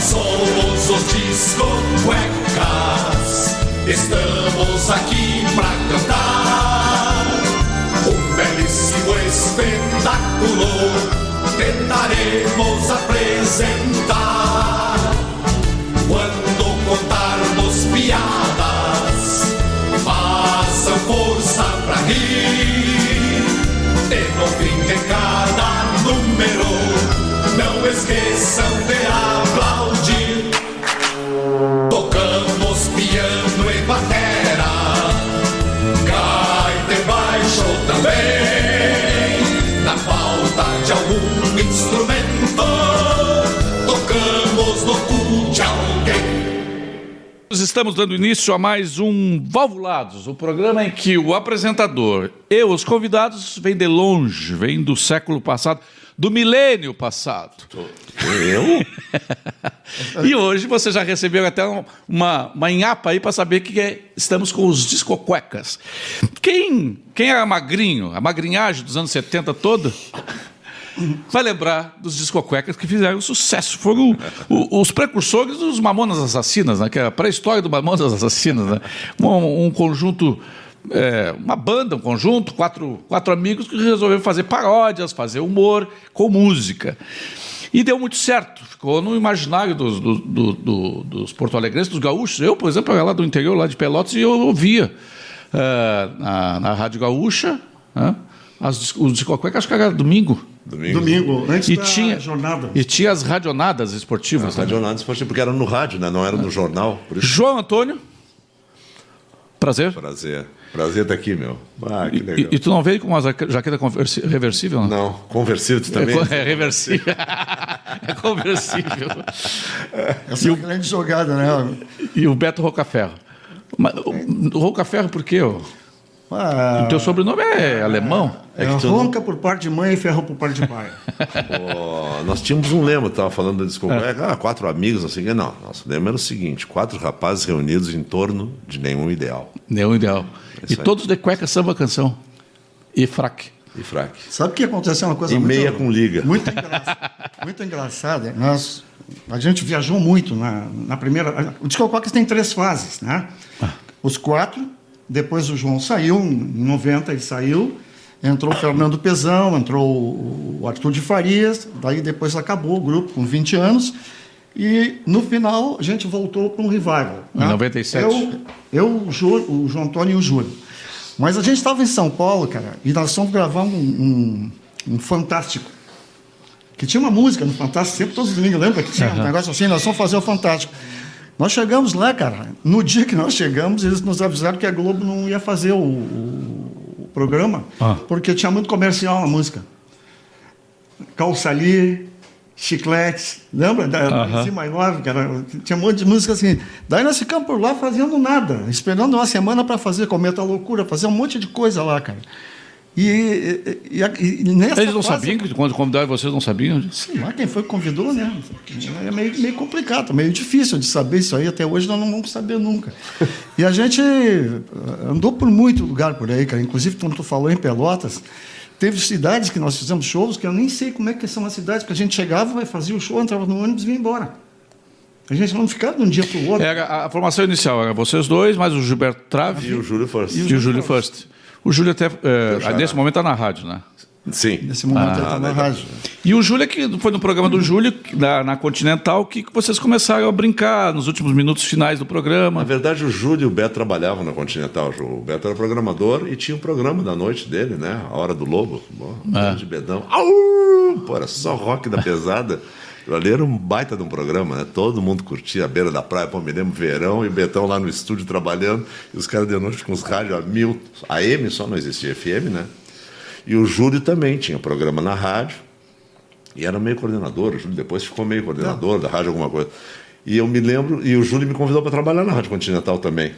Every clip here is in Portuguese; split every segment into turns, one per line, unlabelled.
Somos os disco cuecas, estamos aqui pra cantar. Um belíssimo espetáculo tentaremos apresentar. Quando contarmos piadas, façam força pra rir. E no fim de cada número, não esqueçam de aplaudir. Tocamos piano e batera, gaita e baixo também. Na falta de algum instrumento, tocamos no cu de alguém.
Nós Estamos dando início a mais um Valvulados, o programa em que o apresentador e os convidados vêm de longe, vêm do século passado, do milênio passado. Eu? e hoje você já recebeu até um- uma, uma enhapa aí para saber que é- estamos com os discocuecas. Quem, quem é magrinho, a magrinhagem dos anos 70 toda, vai lembrar dos discocuecas que fizeram sucesso. Foram o- o- os precursores dos Mamonas Assassinas, né? que é a pré-história do Mamonas Assassinas. Né? Um, um conjunto, é, uma banda, um conjunto, quatro, quatro amigos que resolveram fazer paródias, fazer humor com música. E deu muito certo, ficou no imaginário dos, do- do- do- dos porto-alegrenses, dos gaúchos. Eu, por exemplo, era lá do interior, lá de Pelotas, e eu ouvia eh, na, na Rádio Gaúcha, né? As, dis- os discocuecas, acho que era domingo,
Domingo.
Domingo, né? antes
e
da
tinha,
jornada.
E tinha as radionadas esportivas. né?
Radionados, poxa, porque era no rádio, né? Não era no jornal. Por isso,
João Antônio. Prazer.
prazer. Prazer tá aqui, meu. Ah, que legal.
E, e tu não veio com uma jaque- jaqueta conversi- reversível? Não.
Não, conversível tu
É,
também.
co- é reversível. é conversível.
Essa é uma grande jogada, né?
E o Beto Rocaferro. Mas, o- o Rocaferro por quê? ô?
Ah,
O teu sobrenome é alemão?
é
que tu não-
ronca por parte de mãe e ferro por parte de pai.
Ó, nós tínhamos um lema, tava falando da desculpa.
É.
Ah, quatro amigos, não sei o quê. Não, nosso lema era o seguinte: quatro rapazes reunidos em torno de nenhum ideal.
Neon Ideal. e
isso aí.
todos de cueca samba canção. E fraque.
E fraque.
Sabe o que aconteceu uma coisa
E
muito-
meia com liga.
Muito engraçada. muito engraçada. Nós, a gente viajou muito na, na primeira. O Disco Cox tem três fases, né? Os quatro, depois o João saiu, em 90 ele saiu, entrou o Fernando Pezão, entrou o o Arthur de Farias, daí depois acabou o grupo com 20 anos. E no final a gente voltou para um revival. né?
97.
Eu, eu, o, Jô- o João Antônio e o Júlio. Mas a gente estava em São Paulo, cara, e nós fomos gravar um, um- um Fantástico. Que tinha uma música no Fantástico, sempre todos os domingos, lembra que tinha um negócio assim? Nós fomos fazer o Fantástico. Nós chegamos lá, cara, no dia que nós chegamos, eles nos avisaram que a Globo não ia fazer o, o- o programa,
Ah.
porque tinha muito comercial na música. Calça ali, chicletes, lembra? Da
Aham.
uh My Love, cara, tinha um monte de música assim. Daí nós ficamos por lá fazendo nada, esperando uma semana para fazer Cometa Loucura, fazer um monte de coisa lá, cara. E, e, e, e- e nessa
Eles não
fase-
sabiam que quando convidaram vocês não sabiam?
Sei lá Hum, quem foi que convidou, né? É meio, meio complicado, meio difícil de saber isso aí. Até hoje nós não vamos saber nunca. E a gente eh, andou por muito lugar por aí, cara. Inclusive, como tu falou em Pelotas, teve cidades que nós fizemos shows que eu nem sei como é que são as cidades, porque a gente chegava, fazia o show, entrava no ônibus e ia embora. A gente não ficava de um dia para o
É.
outro.
Era É, a, a formação inicial era vocês dois, mais o Gilberto Trave
E o Júlio assim, Força.
E o Júlio First. O Júlio até. eh,
xará.
nesse momento está na rádio, né?
Sim.
Nesse momento
Ah,
eu estava na rádio.
E o Júlio é que foi no programa do Júlio, que- na, na Continental, que vocês começaram a brincar nos últimos minutos finais do
Na
programa.
verdade, o Júlio e o Beto trabalhavam na Continental. Ju. O Beto era programador e tinha um programa da noite dele, né? A Hora do Lobo. Bom, um grande bedão. Au! Pô, era só rock da pesada. Aquilo Ali era um baita de um programa, né? Todo mundo curtia a beira da praia, pô, me lembro verão, e o Betão lá no estúdio trabalhando, e os caras de noite com os rádios a mil. AM só não existia FM, né? E o Júlio também tinha programa na rádio. E era meio coordenador, o Júlio depois ficou meio coordenador da rádio, alguma coisa. E eu me lembro, e o Júlio me convidou para trabalhar na Rádio Continental também.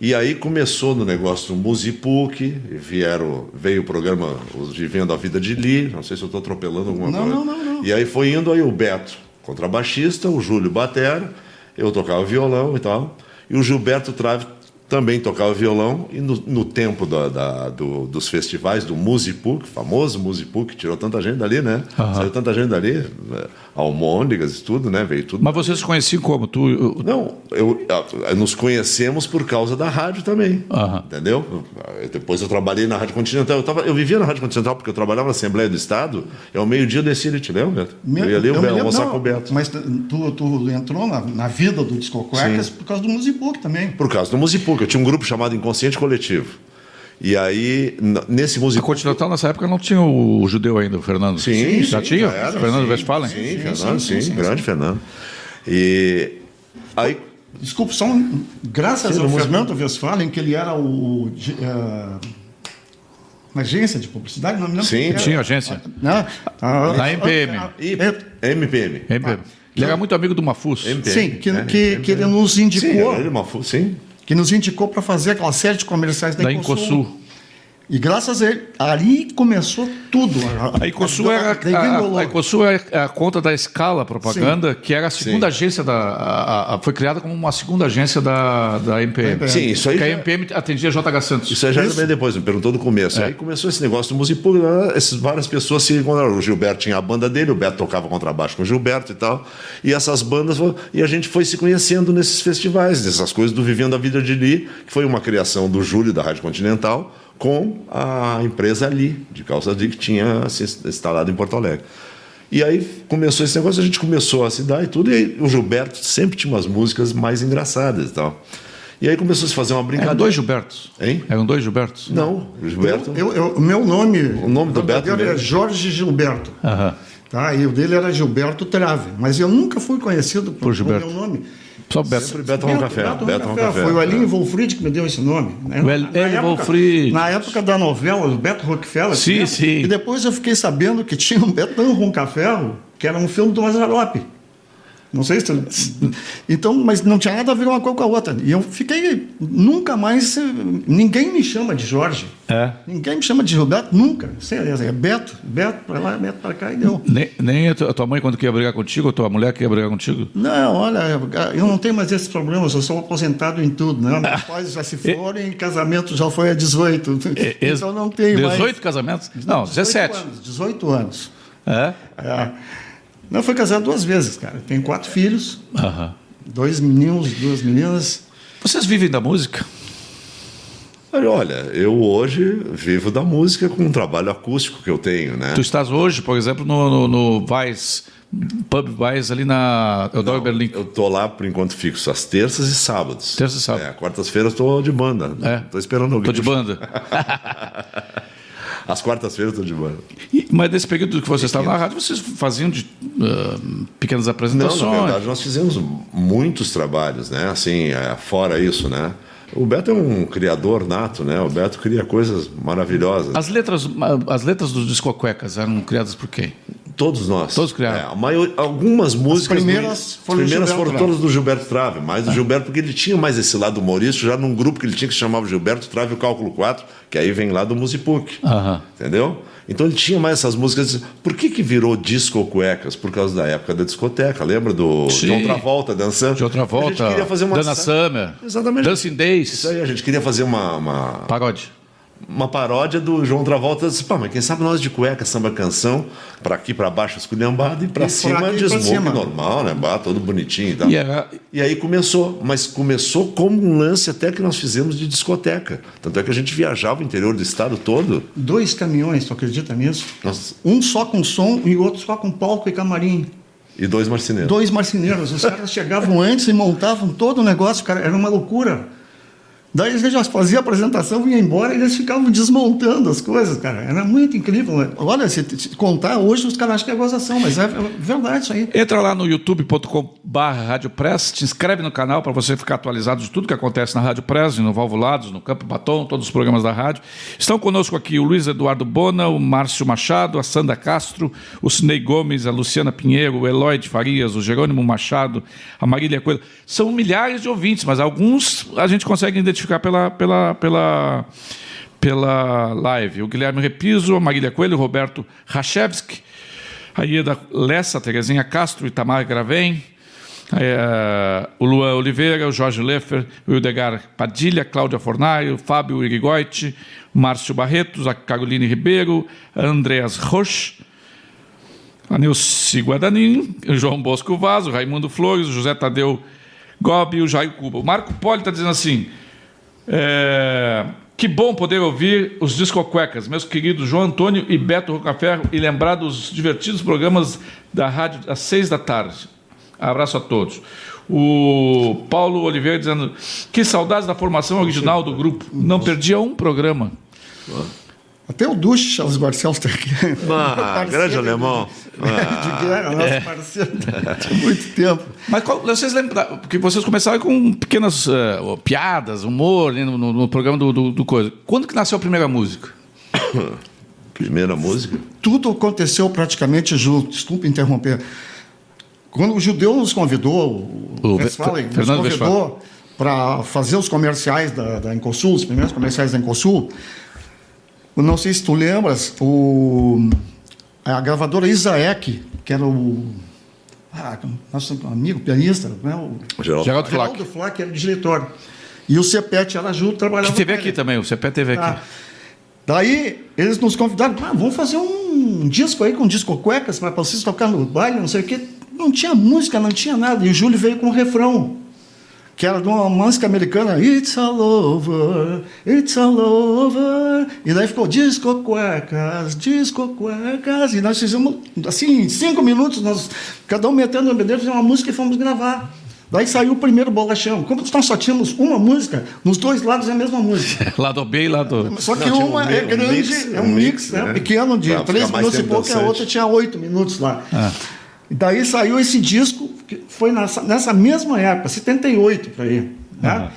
E aí começou no negócio do Musipuc, e vieram, veio o programa Os Vivendo a Vida de Li, não sei se eu estou atropelando alguma
Não,
coisa.
não, não, não.
E aí foi indo aí o Beto, contrabaixista, o Júlio batera, eu tocava violão e tal, e o Gilberto Trave também tocava violão e no, no tempo da- da- do- dos festivais do Musipuc, famoso Musipuc, tirou tanta gente dali, né? Saiu tanta gente dali, eh, almôndegas e tudo, né? Veio tudo.
Mas vocês se conheciam como? Tu, eu-
Não, eu, ah, nos conhecemos por causa da rádio também,
Aham.
entendeu? Eu- Depois eu trabalhei na Rádio Continental, eu, tava, eu vivia na Rádio Continental porque eu trabalhava na Assembleia do Estado, e ao meio-dia eu descia ali, te lembra, Beto?
Me-
eu ia ali,
eu
o
me
Belo,
lembro-
almoçar
não,
com o Beto.
Mas tu, tu entrou na, na vida do Disco Cuecas por causa do Musibook também.
Por causa do Musipuca, eu tinha um grupo chamado Inconsciente Coletivo. E aí, n- nesse
a
Musipuca...
Continental nessa época não tinha o judeu ainda, o Fernando.
Sim,
já
sim,
tinha?
já era,
Fernando
sim,
Westphalen?
Sim, Fernando, sim, grande Fernando. E aí,
Desculpa, só um, graças ao Fernando Westphalen, que ele era o. de- eh, uma agência de publicidade, não me lembro.
Sim,
quem era.
Tinha agência.
Né? Ah,
Na MPM.
e
É,
MPM.
MPM. Ele era muito amigo do Mafus.
MPM,
Sim, que,
né?
que, que ele nos
Sim,
indicou.
era ele é uma fu- sim.
que nos indicou para fazer aquela série de comerciais da,
Da
Incosul.
Incosul.
E graças a ele, ali começou tudo.
A Icosul era
Da- da
a,
Ingolou.
a Icosul era a conta da Escala Propaganda, que era a segunda agência da. a- a- foi criada como uma segunda agência da, da
É.
MPM.
Sim, isso aí
Que a
já- é
MPM atendia JH Santos.
Isso aí já era bem depois, me perguntou do começo. Aí começou esse negócio do Musipuc, né? essas várias pessoas se encontraram. O Gilberto tinha a banda dele, o Beto tocava contrabaixo com o Gilberto e tal. E essas bandas, fo- e a gente foi se conhecendo nesses festivais, nessas coisas do Vivendo a Vida de Li, que foi uma criação do Júlio da Rádio Continental com a empresa Li, de calça de que tinha se instalado em Porto Alegre. E aí começou esse negócio, a gente começou a se dar e tudo, e aí o Gilberto sempre tinha umas músicas mais engraçadas e tal. E aí começou a se fazer uma
Eram
brincadeira.
dois Gilbertos.
Hein?
Eram dois Gilbertos.
Não, o Gilberto.
Eu, eu, o meu nome. O
nome do Beto
é
mesmo.
Jorge Gilberto.
Aham.
Tá? E o dele era Gilberto Trave. Mas eu nunca fui conhecido por, o
Gilberto.
meu nome.
Só o Beto.
Sempre Beto Ron Café.
Beto
Beto
Ron
Ron
Café.
Café.
Foi o Elinho Wolfrid que me deu esse nome. né?
O El-
Na
Elinho
época-
Wolfrid.
Na época da novela do Beto Rockefeller.
Sim,
né?
sim.
E depois eu fiquei sabendo que tinha um Betão Roncaferro, que era um filme do Mazarope. Não sei se. tu- Então, mas não tinha nada a ver uma coisa com a outra. E eu fiquei. Nunca mais. eh, Ninguém me chama de Jorge.
É.
Ninguém me chama de Gilberto nunca. Sei lá, É Beto, Beto pra lá, Beto pra cá e deu.
Nem, nem a tu- a tua mãe, quando queria brigar contigo, a tua mulher queria brigar contigo?
Não, olha, eu não tenho mais esses problemas, eu sou aposentado em tudo, né? Meus pais já se foram, em casamento já foi a 18.
É,
Ex-
Então não tenho
18
mais.
casamentos? Não, 17.
18 anos. 18 anos.
É?
É. Não, foi casado duas vezes, cara. Tenho quatro filhos,
Aham.
dois meninos, duas meninas.
Vocês vivem da música?
Olha, eu hoje vivo da música com um trabalho acústico que eu tenho, né?
Tu estás hoje, por exemplo, no, no, no Vice, Pub Vice, ali na Eudoro Berlim.
Eu tô lá por enquanto fixo, às terças e sábados.
Terças e sábados.
É, quartas-feiras tô de banda.
É.
Tô esperando
Tô
alguém.
de banda.
Às quartas-feiras tô de banda.
E- Mas nesse período que vocês estavam na rádio, vocês faziam de, ah, pequenas
Não,
apresentações.
na verdade, nós fizemos muitos trabalhos, né? Assim, é, fora isso, né? O Beto é um criador nato, né? O Beto cria coisas maravilhosas.
As letras, ah, as letras dos discocuecas eram criadas por quem?
Todos nós.
Todos criaram.
É, a maior- algumas músicas.
primeiras
do,
foram do
as primeiras
Gilberto
foram
Trave.
todas do Gilberto Trave, mais do
É.
Gilberto, porque ele tinha mais esse lado humorístico já num grupo que ele tinha que se chamava Gilberto Trave e o Cálculo 4, que aí vem lá do Musipuc.
Aham.
Entendeu? Então ele tinha mais essas músicas. Por que, que virou disco ou cuecas? Por causa da época da discoteca. Lembra do
Sim.
John Travolta dançando?
De outra
A gente
volta,
queria fazer uma
Dana
sa-
Summer,
Exatamente.
Dancing Days,
Isso aí, a gente queria fazer uma- uma,
pagode.
uma paródia do João Travolta. Disse, Pá, mas quem sabe nós de cueca, samba canção, pra aqui, pra baixo, esculhambado, e pra
E pra
cima
aqui,
de
pra
smoke
cima.
normal, né? Bah, todo bonitinho e tal.
E era-
E aí começou, mas começou como um lance até que nós fizemos de discoteca. Tanto é que a gente viajava o interior do estado todo.
Dois caminhões, tu acredita nisso?
Nossa.
Um só com som e outro só com palco e camarim.
E dois marceneiros.
Dois marceneiros, os caras chegavam antes e montavam todo o negócio, cara, era uma loucura. Daí eles já faziam a apresentação, vinha embora e eles ficavam desmontando as coisas, cara. Era muito incrível. né? Olha, se te- te contar hoje, os caras acham que é gozação, mas é verdade isso aí.
Entra lá no youtube.com.br Rádio Press, te inscreve no canal para você ficar atualizado de tudo que acontece na Rádio Press, no Valvulados, no Campo Batom, todos os programas da rádio. Estão conosco aqui o Luiz Eduardo Bona, o Márcio Machado, a Sandra Castro, o Cinei Gomes, a Luciana Pinheiro, o Eloy de Farias, o Jerônimo Machado, a Marília Coelho. São milhares de ouvintes, mas alguns a gente consegue identificar pela. pela, pela pela live, o Guilherme Repiso, a Marília Coelho, o Roberto é Rachevski, a Ieda Lessa, Terezinha Castro, Itamar Gravem, É, o Luan Oliveira, o Jorge Leffer, o Hildegar Padilha, Cláudia Fornaio, Fábio Irigoite, Márcio Barretos, a Caroline Ribeiro, Andreas Roche, a Nilce Guadanin, o João Bosco Vaz, o Raimundo Flores, o José Tadeu Gobi e o Jair Cuba. O Marco Poli está dizendo assim: é, que bom poder ouvir os discocuecas, meus queridos João Antônio e Beto Rocaferro, e lembrar dos divertidos programas da rádio às seis da tarde. Abraço a todos. O Paulo Oliveira dizendo que saudades da formação original do grupo. Não perdia um programa.
Até o Duche Charles Barcelos está aqui.
Ah,
Parceiro
grande
do-
alemão. Ah.
de guerra, nosso parceiro de muito tempo.
Mas qual- vocês lembram, porque vocês começaram com pequenas eh, piadas, humor né, no, no- no programa do, do, do Coisa. Quando que nasceu a primeira música?
Primeira música.
Tudo aconteceu praticamente junto. Desculpa interromper. Quando o judeu nos convidou, o,
O
o
Ve-
Westphalen nos
Fernando
convidou para fazer os comerciais da, da Incosul, os primeiros comerciais da Incosul, eu não sei se tu lembras, o, a gravadora Isaac, que era o ah, nosso amigo pianista, né? o
Geraldo.
Geraldo Flack.
Geraldo Flack era o diretor. E o Cepete era junto, trabalhava
Que teve
com
aqui
ele.
também, o CP teve aqui.
Tá. Daí eles nos convidaram, ah, vamos fazer um disco aí com disco cuecas para vocês tocar no baile, não sei o quê. Não tinha música, não tinha nada. E o Júlio veio com um refrão, que era de uma música americana, It's all over, it's all over. E daí ficou disco cuecas, disco cuecas. E nós fizemos, assim, em cinco minutos, nós, cada um metendo o dedo, fizemos uma música e fomos gravar. Daí saiu o primeiro bolachão. Como nós só tínhamos uma música, nos dois lados é a mesma música.
Lá do B e lá do.
Só que
Não, tinha um
uma
mi-
é
um
grande,
mix,
é um
um
mix,
mix,
né?
né?
pequeno, de
Pra ficar
três
mais É.
minutos e
tempo
pouco, e a
dançante.
outra tinha oito minutos lá. E daí saiu esse disco, que foi nessa, nessa mesma época, 78 para aí, né?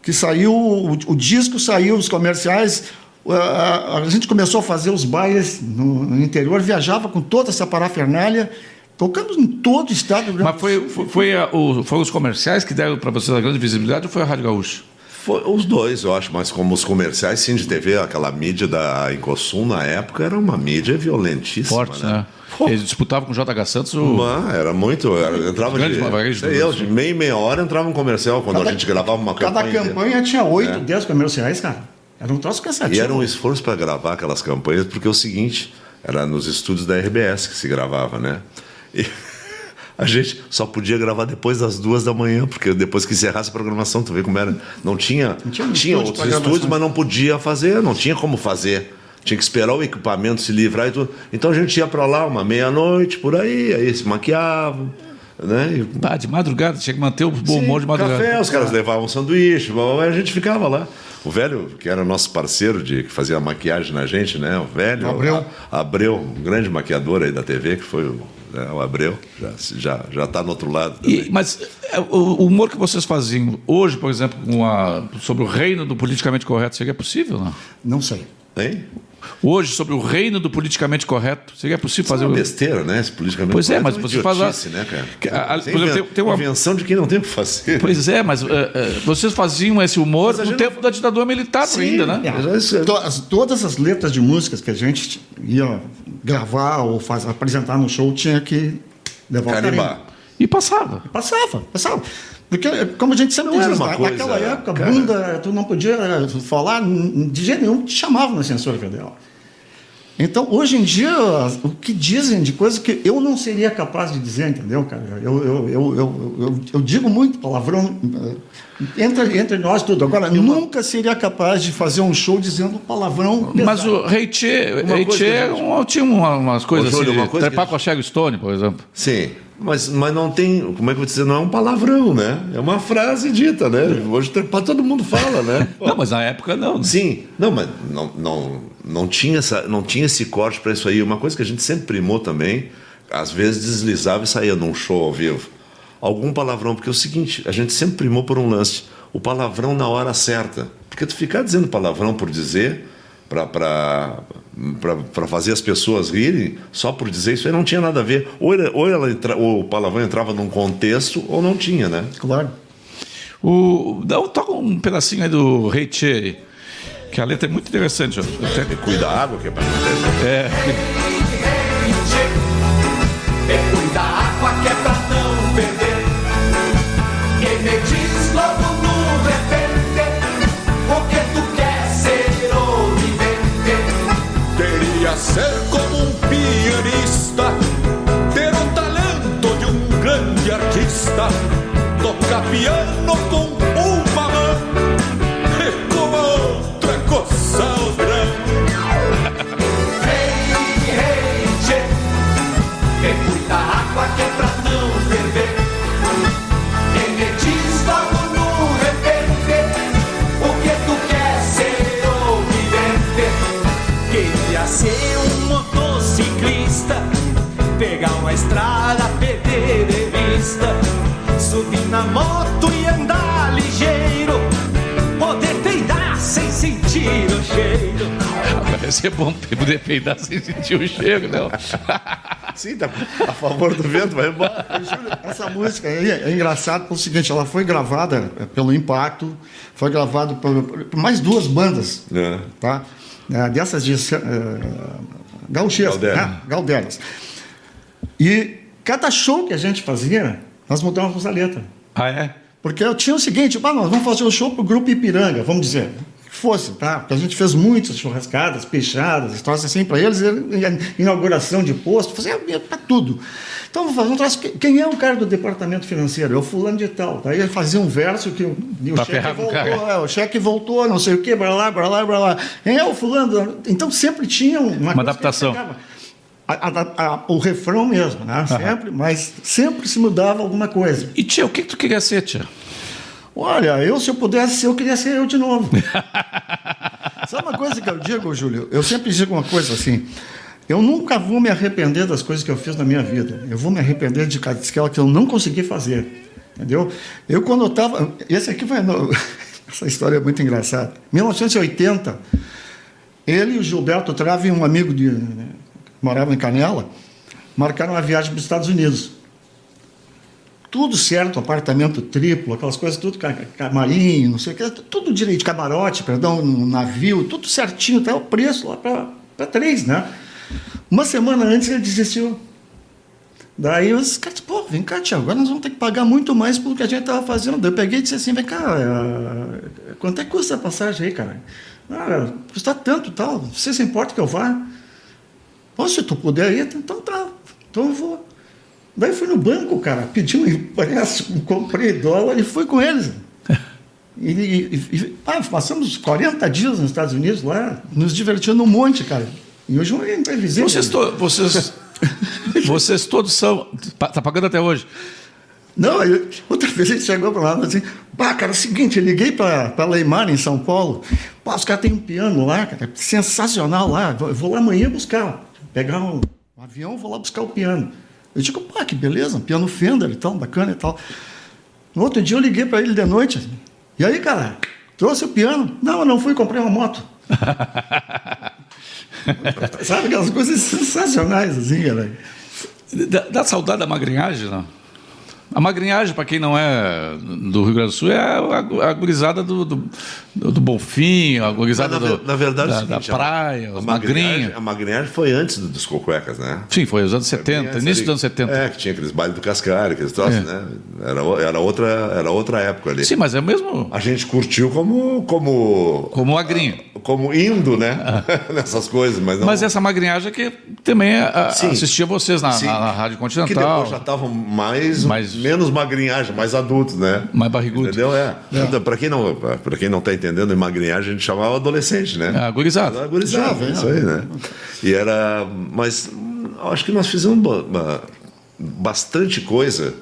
Que saiu, o, o disco saiu, os comerciais. a- A, a gente começou a fazer os bailes no, no interior, viajava com toda essa parafernália, tocamos em todo o estado do Rio Grande
Mas
do
foi,
Sul.
foi, foi a- o- foram os comerciais que deram para vocês a grande visibilidade ou foi a Rádio Gaúcho?
Foi os dois, eu acho, mas como os comerciais, sim, de TV, aquela mídia da Incosum na época era uma mídia violentíssima.
Forte, né?
Pô,
Eles disputavam com o JH Santos o.
uma- era muito. Era, entrava
Hum. Grande
de,
varejo do
sei eu,
Brasil.
de meia e meia hora entrava um comercial quando a gente gravava uma
Cada
campanha. né? É.
campanha, tinha oito, dez comerciais, cara. Era um troço cansativo.
E era um esforço para gravar aquelas campanhas, porque é o seguinte, era nos estúdios da RBS que se gravava, né? E a gente só podia gravar depois das duas da manhã, porque depois que encerrasse a programação, tu vê como era. Não tinha.
tinha um estúdio
tinha outros
pra gravação.
estúdios, mas não podia fazer, não tinha como fazer. Tinha que esperar o equipamento se livrar e tudo. Então a gente ia para lá uma meia-noite, por aí, aí se maquiava, né? E
Ah, de madrugada, tinha que manter o bom humor de madrugada. Ah.
Café, os caras levavam um sanduíche, blá, blá, blá, a gente ficava lá. O velho, que era nosso parceiro de que fazia maquiagem na gente, né? O velho.
Abreu.
a- Abreu, um grande maquiador aí da TV, que foi o, né, o Abreu, já, já, já tá no outro lado também.
E- mas é, o o humor que vocês faziam hoje, por exemplo, com a- sobre o reino do politicamente correto, seria possível? Não?
Não sei.
Hein?
Hoje, sobre o reino do politicamente correto, seria possível
Fazer
fazer
é uma
o.
besteira, né? Esse politicamente
Pois é,
correto
mas
uma
você faz a-
idiotice, né, cara?
Que- a- a- por
Você
exemplo,
inventa-
tem- tem uma-
Invenção de quem não tem o que fazer.
Pois é, mas é, é, vocês faziam esse humor
Mas a
no
gente
tempo da ditadura militar ainda, né?
É, isso é-
To- Então, as- todas as letras de músicas que a gente ia gravar ou faz- apresentar no show tinha que levar o
Carimbar.
carimbo.
E passava.
Passava, passava. Porque, como a gente sempre
Não
diz,
era uma
na-
coisa,
naquela época,
cara.
bunda, tu não podia eh, falar n- de jeito nenhum, te chamavam na censura federal. Então, hoje em dia, as- o que dizem de coisa que eu não seria capaz de dizer, entendeu, cara? Eu, eu, eu, eu, eu, eu- eu digo muito palavrão eh, entre, entre nós tudo. Agora, nunca seria capaz de fazer um show dizendo palavrão
Mas
pesado.
o Reitê
Uma coisa que a gente-
um, tinha uma- umas coisas
Júlio,
assim,
uma
de
coisa que
trepar
a
com a Chega Stone, por exemplo.
Sim, mas, mas não tem. Como é que eu vou dizer? Não é um palavrão, né? É uma frase dita, né? Hoje trepar todo mundo fala, né?
Não, mas na época não.
Sim, não, mas não, não, não, tinha, essa, não tinha esse corte para isso aí. Uma coisa que a gente sempre primou também, às vezes deslizava e saía num show ao vivo. Algum palavrão, porque é o seguinte, a gente sempre primou por um lance, o palavrão na hora certa. Porque tu ficar dizendo palavrão por dizer, para fazer as pessoas rirem, só por dizer isso aí não tinha nada a ver. Ou, era- ou, ela entra- ou o palavrão entrava num contexto ou não tinha, né?
Claro.
O, dá, um- toca um pedacinho aí do Reitê, que a letra é muito interessante. ó. Até-
E cuida da água, que é pra não ter-
Cuida a água que é pra não perder. Ser como um pianista, ter o talento de um grande artista, tocar piano com uma mão e com a outra coçar o grão. Hey, hey, che, tem muita água que é pra não ferver. Energia logo no repente, o que tu quer ser ou viver? Queria ser um motociclista, pegar uma estrada, perder de vista, subir na moto e andar ligeiro, poder peidar sem sentir o cheiro.
Vai ser bom poder peidar sem sentir o cheiro, né, não.
Sim, tá a favor do vento, vai embora.
Essa música aí é engraçada pelo seguinte, ela foi gravada eh, pelo Impacto, foi gravada por, por mais duas bandas,
É.
tá? Eh, dessas de Sa- eh, gauchescas,
Galdera.
né? Galderas. E cada show que a gente fazia, nós mudávamos a letra.
Ah, é?
Porque eu tinha o seguinte, ah, nós vamos fazer um show pro grupo Ipiranga, vamos dizer. Que fosse, tá? Porque a gente fez muitas churrascadas, peixadas, troças assim para eles, e- e- inauguração de posto, fazia para tudo. Então, vamos fazer um troço. que- Quem é o cara do departamento financeiro? É o fulano de tal. Daí ele fazia um verso que o, e o
Pra
cheque
ferrar com o
voltou,
cara.
é, o cheque voltou, não sei o quê, blá lá, blá lá, blá lá. Quem é o fulano? Então sempre tinha uma, coisa que
adaptação.
ficava. A- a- a- o refrão mesmo, né? Sempre, mas sempre se mudava alguma coisa.
E tia, o que que tu queria ser, tia?
Olha, eu se eu pudesse, eu queria ser eu de novo. Sabe uma coisa que eu digo, Júlio? Eu sempre digo uma coisa assim. Eu nunca vou me arrepender das coisas que eu fiz na minha vida. Eu vou me arrepender de cada aquela que eu não consegui fazer. Entendeu? Eu, quando eu estava. Esse aqui foi. no- Essa história é muito engraçada. 1980, ele e o Gilberto Trave, um amigo de. que morava em Canela, marcaram uma viagem para os Estados Unidos tudo certo, apartamento triplo, aquelas coisas, tudo, ca- ca- camarim, não sei o que, tudo direito, camarote, perdão, um navio, tudo certinho, até o preço lá para três, né? Uma semana antes ele desistiu. Daí os caras, pô, vem cá, Tiago, agora nós vamos ter que pagar muito mais pelo que a gente estava fazendo. Daí eu peguei e disse assim, vem cá, eh, quanto é que custa a passagem aí, cara? Ah, custa tanto tal, você se importa que eu vá? Pô, se tu puder ir, então tá, então eu vou. Daí fui no banco, cara, pedi um empréstimo, comprei dólar e fui com eles. E, e- e- ah, passamos 40 dias nos Estados Unidos lá, nos divertindo um monte, cara. E hoje é imprevisível.
Vocês, to- vocês, vocês todos são. pa- Tá pagando até hoje.
Não, ele- outra vez ele chegou para lá e disse assim, pá, cara, é o seguinte, eu liguei para Leimar em São Paulo, pá, os caras têm um piano lá, cara, sensacional lá, vou- eu vou lá amanhã buscar, pegar um, um avião, vou lá buscar o piano. Eu digo, pá, que beleza, um piano Fender e tal, bacana e tal. No outro dia eu liguei para ele de noite, e aí, cara, trouxe o piano? Não, eu não fui, comprei uma moto. Sabe aquelas coisas sensacionais, assim, cara.
Dá, dá saudade da magrinhagem, não? A magrinhagem, para quem não é do Rio Grande do Sul, é a, gu- a gurizada do, do, do- do Bonfim, a gurizada
na, ve-
do-
na verdade, é
da,
o
da
seguinte, a-
praia,
a
os
magrinhagem-
magrinhos.
A magrinhagem foi antes do Disco Cuecas, né?
Sim, foi os anos 70,
Antes
início
ali.
dos anos 70.
É, que tinha aqueles bailes do Cascalho, aqueles troços,
É.
né? Era, o- era, outra, era outra época ali.
Sim, mas é o mesmo
A gente curtiu como, como,
como magrinho.
como indo, né? Nessas coisas, mas não.
É. Mas essa magrinhagem é que também a- a-
Ah, então Sim.
assistia vocês na,
Sim.
na- na Rádio
que depois já
Continental.
estavam mais,
Mais-
menos magrinhagem, mais adultos, né?
Mais barrigudo.
Entendeu? É. Então, Pra quem não, para quem não tá entendendo, em magrinhagem a gente chamava adolescente, né?
É, A gurizada.
Era gurizada,
Jovem,
isso
né?
aí, né? E era. Mas hum, acho que nós fizemos ba- ba- bastante coisa,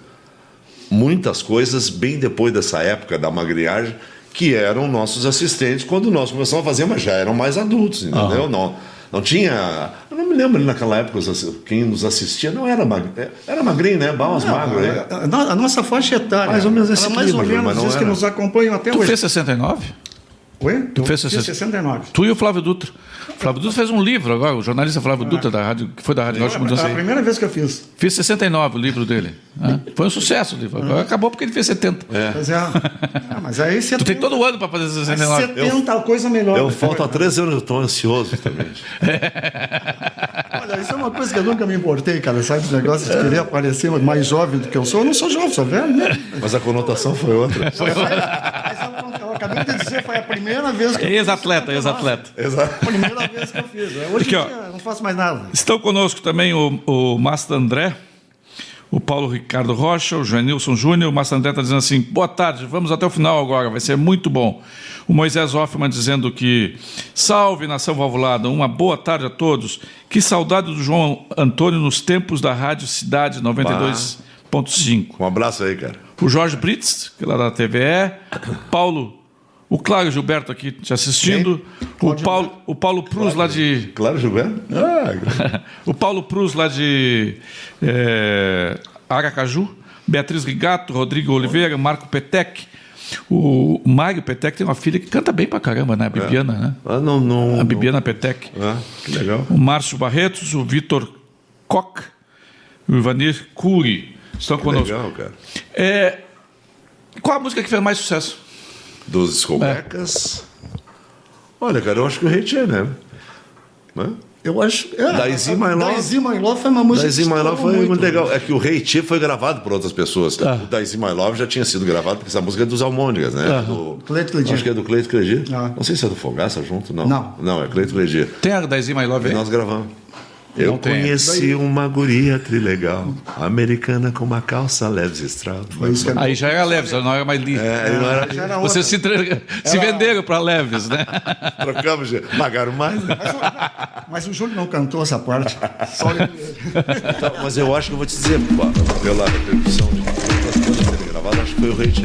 muitas coisas, bem depois dessa época da magriagem, que eram nossos assistentes quando nós começamos a fazer, mas já eram mais adultos, entendeu? Não, não tinha. Eu não me lembro ali naquela época os assi- quem nos assistia não era magrinho. Era magrinho, né? Balas magro, né?
É. A, no- a nossa faixa etária.
Mais ou menos
era
esse
mais
clima,
ou
Júlio,
menos
mas não
isso que
era.
nos acompanham até
Tu
hoje.
fez 69?
Oi?
Tu fez
Fiz
60?
69.
Tu e o Flávio Dutra. O Flávio Dutra fez um livro agora, o jornalista
Ah.
Flávio Dutra, da rádio, que foi da Rádio Norte Mudança.
é a
Tá
primeira vez que eu fiz.
Fiz 69 o livro dele. né? Foi um sucesso o livro. Agora acabou porque ele fez 70.
Mas, é, ah, mas aí você
Tu tem todo o ano para fazer 69.
70 coisa melhor.
é, Eu falto há 13 anos, eu estou ansioso também.
Olha, isso é uma coisa que eu nunca me importei, cara. Sabe esse negócio de querer aparecer mais jovem do que eu sou? Eu não sou jovem, sou velho, né?
Mas a conotação foi outra.
Mas eu, eu acabei de dizer, foi a primeira vez que eu
Ex-atleta, ex-atleta.
Exato.
Primeira vez que eu fiz. né? Hoje
Aqui,
em
ó.
dia, não faço mais nada.
Estão conosco também o, o Masta André, o Paulo Ricardo Rocha, o Joanilson Júnior. O Masta André está dizendo assim: boa tarde, vamos até o final agora, vai ser muito bom. O Moisés Hoffman dizendo que salve nação valvulada, uma boa tarde a todos. Que saudade do João Antônio nos tempos da Rádio Cidade 92.5.
Um abraço aí, cara.
O Jorge Brits, que é lá da TVE. Paulo. O Claro Gilberto aqui te assistindo. O Paulo, o Paulo Prus lá de
Claro, Gilberto? Ah,
O Paulo Prus, lá de eh, Aracaju, Beatriz Rigato, Rodrigo Oliveira, Marco Petec. O Mário Petec tem uma filha que canta bem pra caramba, né? A Bibiana, né?
ah não, não.
A Bibiana Petec.
não. Ah, que legal.
O Márcio Barretos, o Vitor Koch, o Ivanir Cury estão conosco.
Legal, cara.
É, qual a música que fez mais sucesso?
Dos escobecas. Olha, cara, eu acho que o Rei Tchê, né? Né? Eu acho. É, Daisy My Love.
Daisy My Love foi uma música.
Daisy
que
My Love
estourou
foi muito,
muito. né?
legal. É que o Rei Tchê foi gravado por outras pessoas. tá? O Daisy My Love já tinha sido gravado, porque essa música é dos Almôndegas, né? Do,
Cleito Cledir.
Acho que é do Cleito Cledir.
Ah.
Não sei se é do Fogaça junto, não.
Não.
é Cleito Cledir.
Tem a Daisy My Love
E
aí?
nós gravamos. Eu
Não tem.
conheci uma guria trilegal, americana com uma calça leves estrada.
isso que é-
Aí já era Leves, não era mais Lee.
É, não era-
Já era outra.
Vocês se, entre- se venderam pra Leves, né?
Trocamos, de- pagaram mais. né?
Mas, o- mas o Júlio não cantou essa parte. Só ele-
Então, mas eu acho que eu vou te dizer, pá, pela repercussão de todas as coisas serem gravadas, acho que foi o Rei Tchê.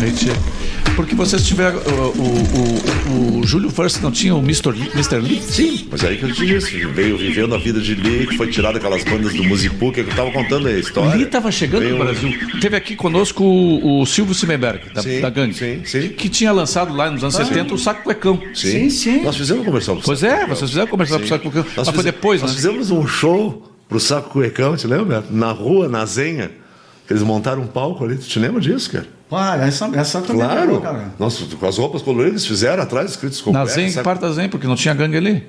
Gente, porque vocês tiveram. O, o, o, o Júlio First não tinha o Mr. Lee? Mr. Lee?
Sim, mas é aí que eu te disse, veio vivendo a vida de Lee, que foi tirado daquelas bandas do Musipu, que eu tava contando aí a história.
Lee estava chegando
Veio- um
no Brasil. Teve aqui conosco o, o Silvio Simenberg, da,
Sim,
da gangue.
sim, sim.
Que tinha lançado lá nos anos 70 o Saco Cuecão.
Sim,
Sim,
sim.
sim.
Nós fizemos um comercial pro
Pois
Saco
é,
Cuecão.
vocês fizeram comercial pro
Sim.
Saco Cuecão.
Nós
Mas foi
fizemos-
depois,
Nós
né?
fizemos um show pro Saco Cuecão, te lembra? Na rua, na Zenha. Eles montaram um palco ali, tu te lembra disso, cara?
Para, essa, essa também
Claro!
pegou, cara.
Nossa, com as roupas coloridas eles fizeram atrás, escritos com
Na
cueca,
Zen,
saco-
parte da Zen, porque não tinha gangue ali.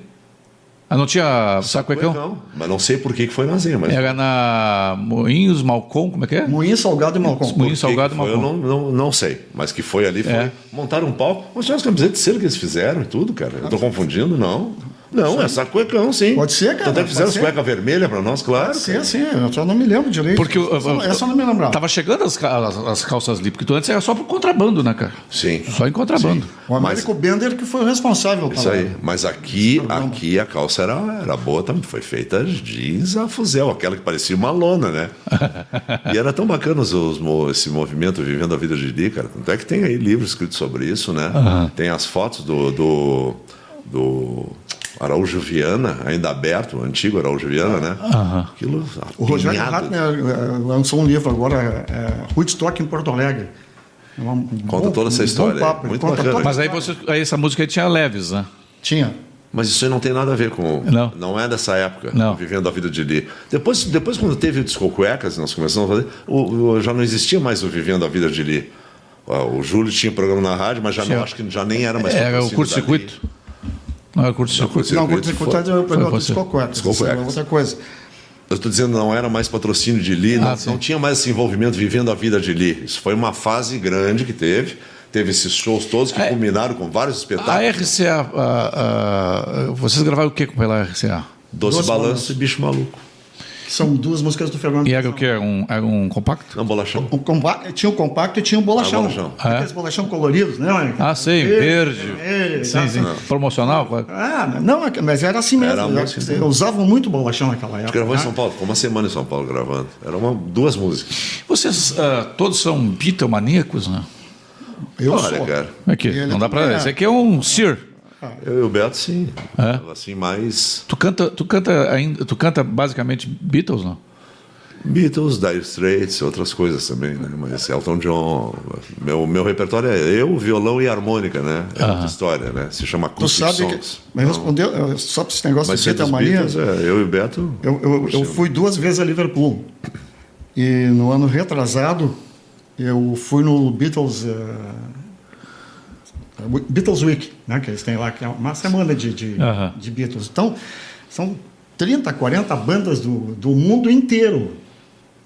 Ah, não É, um tinha Saco Cuecão?
Cuecão. é. Mas não sei por que que foi na Zenha, mas
Era na Moinhos, Malcom, como é que é?
Moinho Salgado e Malcom.
Moinho
que
Salgado
que
e
foi, eu
Malcom.
não, não, não sei, mas que foi ali, foi.
É.
Montaram um palco, mostraram as camisetas de cera que eles fizeram e tudo, cara. Eu tô confundindo, não. Não, é saco cuecão, sim.
Pode ser, cara,
Tanto é que
pode
fizeram as
ser.
cueca vermelha pra nós, claro.
Pode ser, sim, eu só não me lembro direito.
Porque
eu, só, eu só não me lembrava.
Tava chegando as, ca- as, as calças ali, porque tu antes era só por contrabando, né, cara?
Sim.
Só em contrabando.
O Américo Bender que foi o responsável pela-
Isso aí. Mas aqui, aqui a calça era, era boa também. Foi feita jeans a fuzel, aquela que parecia uma lona, né? e era tão bacana os, os mo- esse movimento Vivendo a Vida de Lee, cara. Tanto é que tem aí livros escritos sobre isso, né? Tem as fotos do, do, do Araújo Viana, ainda aberto, o antigo Araújo Viana, né? Aquilo
O Rogério
apinhado.
Ratner eh, lançou um livro agora, é, Woodstock em Porto Alegre. É uma- um
Conta toda essa
um
história,
papo,
muito
conta
bacana.
toda-
Mas aí, você, aí essa música aí tinha leves, né?
Tinha.
Mas isso aí não tem nada a ver com.
Não.
é dessa época,
Não.
vivendo a vida de Lee. Depois, depois quando teve o Disco Cuecas, nós começamos a fazer, o- o- já não existia mais o Vivendo a Vida de Lee. Ah, O Júlio tinha programa na rádio, mas já não,
Tinha.
acho que já nem era mais.
Era o
patrocínio da Lee.
curto-circuito. Não era curto-circuito.
Não, Gold Circuitado é o
foi
programa do
você.
Discocuecas,
Disco
isso é
Cuecas.
outra coisa.
Eu estou dizendo, não era mais patrocínio de Lee, não,
Ah, sim.
não tinha mais esse envolvimento vivendo a vida de Lee. Isso foi uma fase grande que teve. Teve esses shows todos que
É. Ah,
culminaram com vários
A
espetáculos.
RCA. a- a- vocês gravaram o que pela RCA?
Doce,
Doce
Balanço,
Balanço.
e Bicho Maluco.
São duas músicas do Fernando.
E era o que? Era um, era um compacto?
Não, Bolachão.
O compa- tinha o compacto e tinha o bolachão.
Ah, o bolachão.
Aqueles bolachão coloridos, né? Mônica?
É. Ah, sim, verde.
vermelho,
Sim, sim. Promocional? qual é?
Ah, não, mas era assim mesmo.
Era
Eu-
muito assim.
eu, usava muito bolachão naquela época.
Gravou em
né?
São Paulo, ficou uma semana em São Paulo gravando. Eram uma- duas músicas.
Vocês ah, todos são bitomaníacos, né?
Eu
Olha,
sou.
cara,
Aqui,
Ele
não dá
também
pra.
é.
Esse aqui é um Sir.
eu e o Beto, sim.
É?
Tava Assim, mais
Tu canta, tu canta ainda. Tu canta basicamente Beatles, não?
Beatles, Dire Straits, outras coisas também, né? Mas Elton John. Meu, meu repertório é eu, violão e harmônica, né? É outra história, né? Se chama
Tu
Acoustic
sabe que.
Songs.
Mas respondeu, eh, só para esse negócio
Mas
de
ser
Zeta
dos
Maria.
Beatles, é, eu e o Beto.
Eu, eu, eu fui duas vezes a Liverpool. E no ano retrasado, eu fui no Beatles. eh, Beatles Week, né? Que eles têm lá, que é uma semana de, de,
Aham.
de Beatles. Então, são 30, 40 bandas do, do mundo inteiro.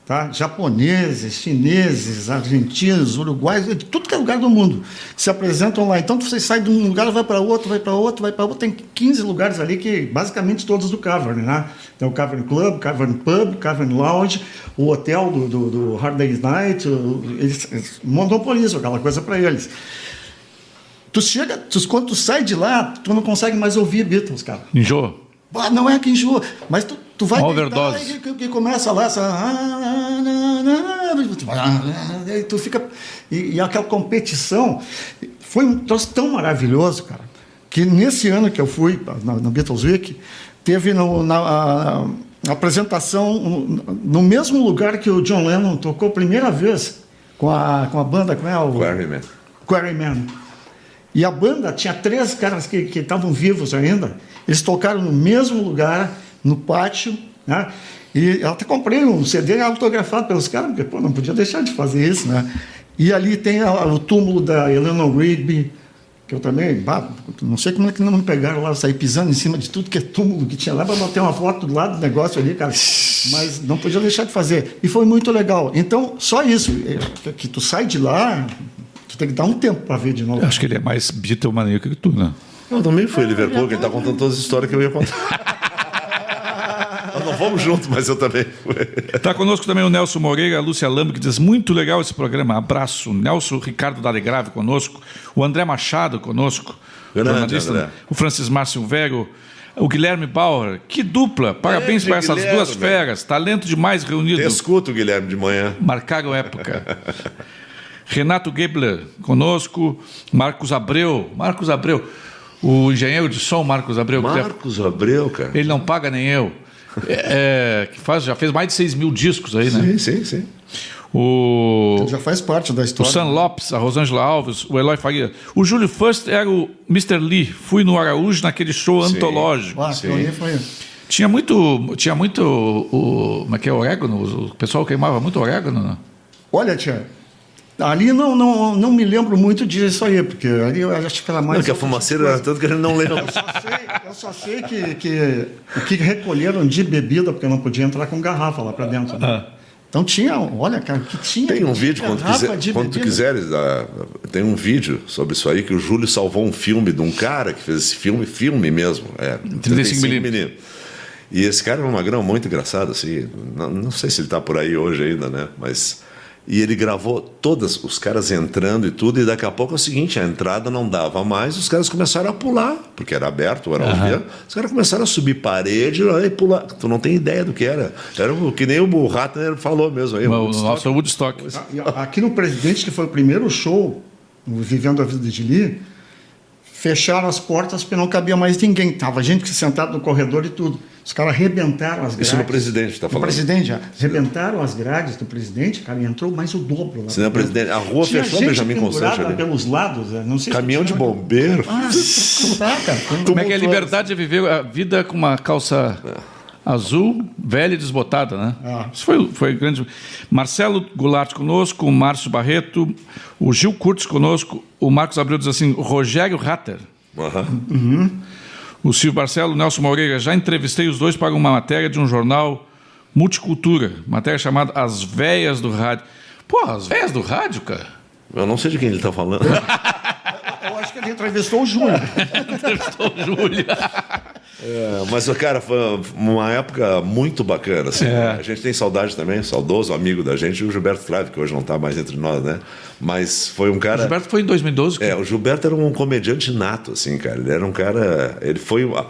tá? japoneses, chineses, argentinos, uruguaios, de tudo que é lugar do mundo, que se apresentam lá. Então você sai de um lugar, vai para outro, vai para outro, vai para outro. Tem 15 lugares ali que basicamente todos do Cavern, né? Tem o Cavern Club, Cavern Pub, Cavern Lounge, o hotel do, do, do Hard Day's Night, o- eles, eles monopolizam aquela coisa para eles. Tu chega, tu, quando tu sai de lá, tu não consegue mais ouvir Beatles, cara.
Enjô.
Ah, não é que enjoa, mas tu, tu vai
Uma
deitar
overdose.
e que, que começa lá essa... "Ah, e tu fica e, e aquela competição foi um troço tão maravilhoso, cara, que nesse ano que eu fui na, na Beatles Week teve no- na a- a apresentação no, no mesmo lugar que o John Lennon tocou a primeira vez com a, com a banda como é o
Quarryman.
Quarrymen. E a banda tinha três caras que que estavam vivos ainda. Eles tocaram no mesmo lugar, no pátio, né? E eu até comprei um CD autografado pelos caras, porque pô, não podia deixar de fazer isso, né? E ali tem a- o túmulo da Eleanor Rigby, que eu também, bah, não sei como é que não me pegaram lá, eu saí pisando em cima de tudo que é túmulo que tinha lá, para bater uma foto do lado do negócio ali, cara. Mas não podia deixar de fazer. E foi muito legal. Então, só isso, é, que- que tu sai de lá, tu tem que dar um tempo para ver de novo.
Eu acho que ele é mais Beatle maníaco que tu, né?
Eu também fui a Liverpool, que ele tá contando todas as histórias que eu ia contar. Nós não vamos junto, mas eu também fui.
Está Tá conosco também o Nelson Moreira, a Lúcia Lambo, que diz muito legal esse programa. Abraço. Nelson Ricardo Dalegrave conosco, o André Machado conosco,
Grande,
jornalista,
André.
o Francis Márcio Vero, o Guilherme Bauer. Que dupla! Parabéns
Grande
para essas
Guilherme.
duas feras. Talento demais reunido.
Eu escuto o Guilherme de manhã.
Marcaram época. Renato Gebler conosco, Marcos Abreu, Marcos Abreu, o engenheiro de som Marcos Abreu, que deve-
Marcos Abreu, cara.
ele não paga nem eu. É, é, que faz, já fez mais de 6 mil discos aí, né?
Sim, sim, sim.
O,
Já faz parte da
o
história.
Sam Lopes, a Rosângela Alves, o Eloy Faria. O Júlio First era o Mr. Lee. Fui no Araújo naquele show antológico.
Ah, aquilo ali foi-
Tinha muito. Tinha muito. O, como é que é? Orégano? O pessoal queimava muito orégano, né?
Olha, tia, ali não, não, não me lembro muito disso aí, porque ali eu acho que era mais.
Não, que é a fumaceira era tanto que a gente não lembra.
Eu sei- eu só sei que, que o que recolheram de bebida, porque não podia entrar com garrafa lá pra dentro. né? Então tinha, olha, cara, o que tinha.
Ah. Tem um vídeo, quando,
Garrafa
quiser-
de
quando tu
bebida.
quiseres, dá- tem um vídeo sobre isso aí, que o Júlio salvou um filme de um cara que fez esse filme, filme mesmo, é,
35 milímetros.
E esse cara era um magrão muito engraçado, assim, não, não sei se ele tá por aí hoje ainda, né, mas... E ele gravou todos os caras entrando e tudo, e daqui a pouco é o seguinte, a entrada não dava mais, os caras começaram a pular, porque era aberto, era uhum. os caras começaram a subir parede e pular. Tu não tem ideia do que era. Era o- que nem o Ratner falou mesmo aí.
É O,
o
o
Woodstock.
nosso Woodstock.
Ah, E a- Aqui no Presidente, que foi o primeiro show, o Vivendo a Vida de Lee, fecharam as portas porque não cabia mais ninguém. Tava gente que sentado no corredor e tudo. Os caras arrebentaram as grades.
Isso no presidente, tá
No
falando.
presidente, já. Arrebentaram as grades do presidente, cara, e entrou mais o dobro lá.
Sim, no Presidente. A rua
Tinha
fechou,
gente
Benjamin
pendurada
Constant, ali.
pelos lados, né? não sei se
Caminhão de
tinha-
bombeiro.
Ah, tá, cara.
Como é que é liberdade de viver a vida com uma calça azul, velha e desbotada, né?
Ah.
Isso foi, foi grande. Marcelo Goulart conosco, o Márcio Barreto, o Gil Curtis conosco, o Marcos Abreu diz assim, Rogério Ratter.
Aham.
O Silvio Barcelo, o Nelson Moreira, já entrevistei os dois para uma matéria de um jornal Multicultura, matéria chamada As Véias do Rádio. Pô, as véias do rádio, cara?
Eu não sei de quem ele tá falando.
Eu acho que ele entrevistou o Júnior.
Entrevistou o Júlio.
É, Mas, cara, foi uma época muito bacana. assim.
É.
A gente tem saudade também, saudoso amigo da gente, o Gilberto Flávio, que hoje não tá mais entre nós, né? Mas foi um
O
cara.
Gilberto foi em 2012.
É, o Gilberto era um comediante nato, assim, cara. Ele era um cara. Ele foi. uma-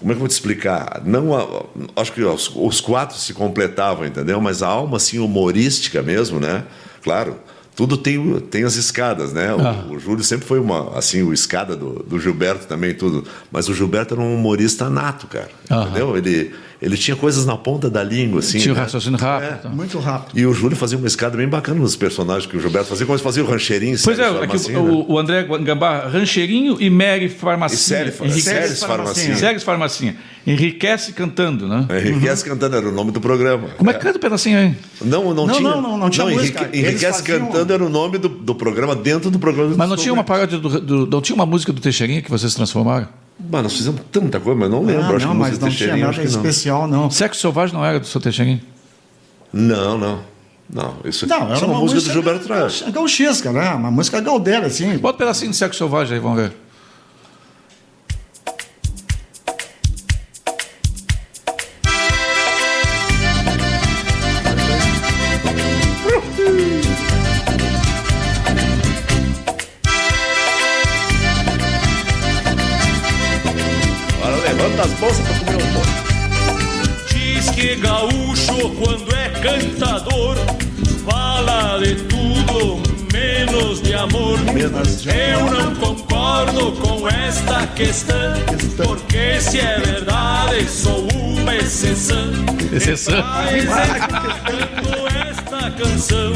Como é que eu vou te explicar? Não, a- acho que os, os quatro se completavam, entendeu? Mas a alma, assim, humorística mesmo, né? Claro, tudo tem, o- tem as escadas, né? O,
Ah.
o Júlio sempre foi uma, assim, o escada do, do Gilberto também, e tudo. Mas o Gilberto era um humorista nato, cara.
Aham.
Entendeu? Ele, ele tinha coisas na ponta da língua, assim.
Tinha o
né?
raciocínio rápido. então.
Muito rápido.
E o Júlio fazia uma escada bem bacana nos personagens que o Gilberto fazia, como ele fazia o rancheirinho,
Pois é,
sabe,
aqui
Farmacinha, né?
o, o André Gambá, rancheirinho e Mary
E
Farmacinha.
série,
Enriquece-
séries
Farmacinha.
farmacinha.
Séries Farmacinha. Enriquece cantando, né?
É. Enriquece cantando era o nome do programa.
Como é que canta um pedacinho aí?
Não, não,
Não,
tinha.
não, não, não tinha música.
Enrique-
Eles
Enriquece
faziam-
cantando era o nome do, do programa dentro do programa. do
Mas não tinha uma
programa.
paródia do, do- Não tinha uma música do Teixeirinha que vocês transformaram?
Mas nós fizemos tanta coisa, mas não lembro.
Ah,
acho
não,
que
mas não tinha nada
não.
especial, não.
Sexo Selvagem não era do seu Teixeirinha?
Não, não. Não, isso,
Não,
isso
era
é uma, música do Gilberto
ga-
Trás.
Gauchesca, né? Uma música gaudera, assim.
Bota um pedacinho de sexo selvagem aí, vamos ver.
Agora levanta as bolsas pra comer um pouco.
Diz que gaúcho quando é cantador fala de tudo menos de amor.
Menos de
Eu não concordo com esta questão, porque se é verdade sou uma exceção.
Exceção.
Está executando esta canção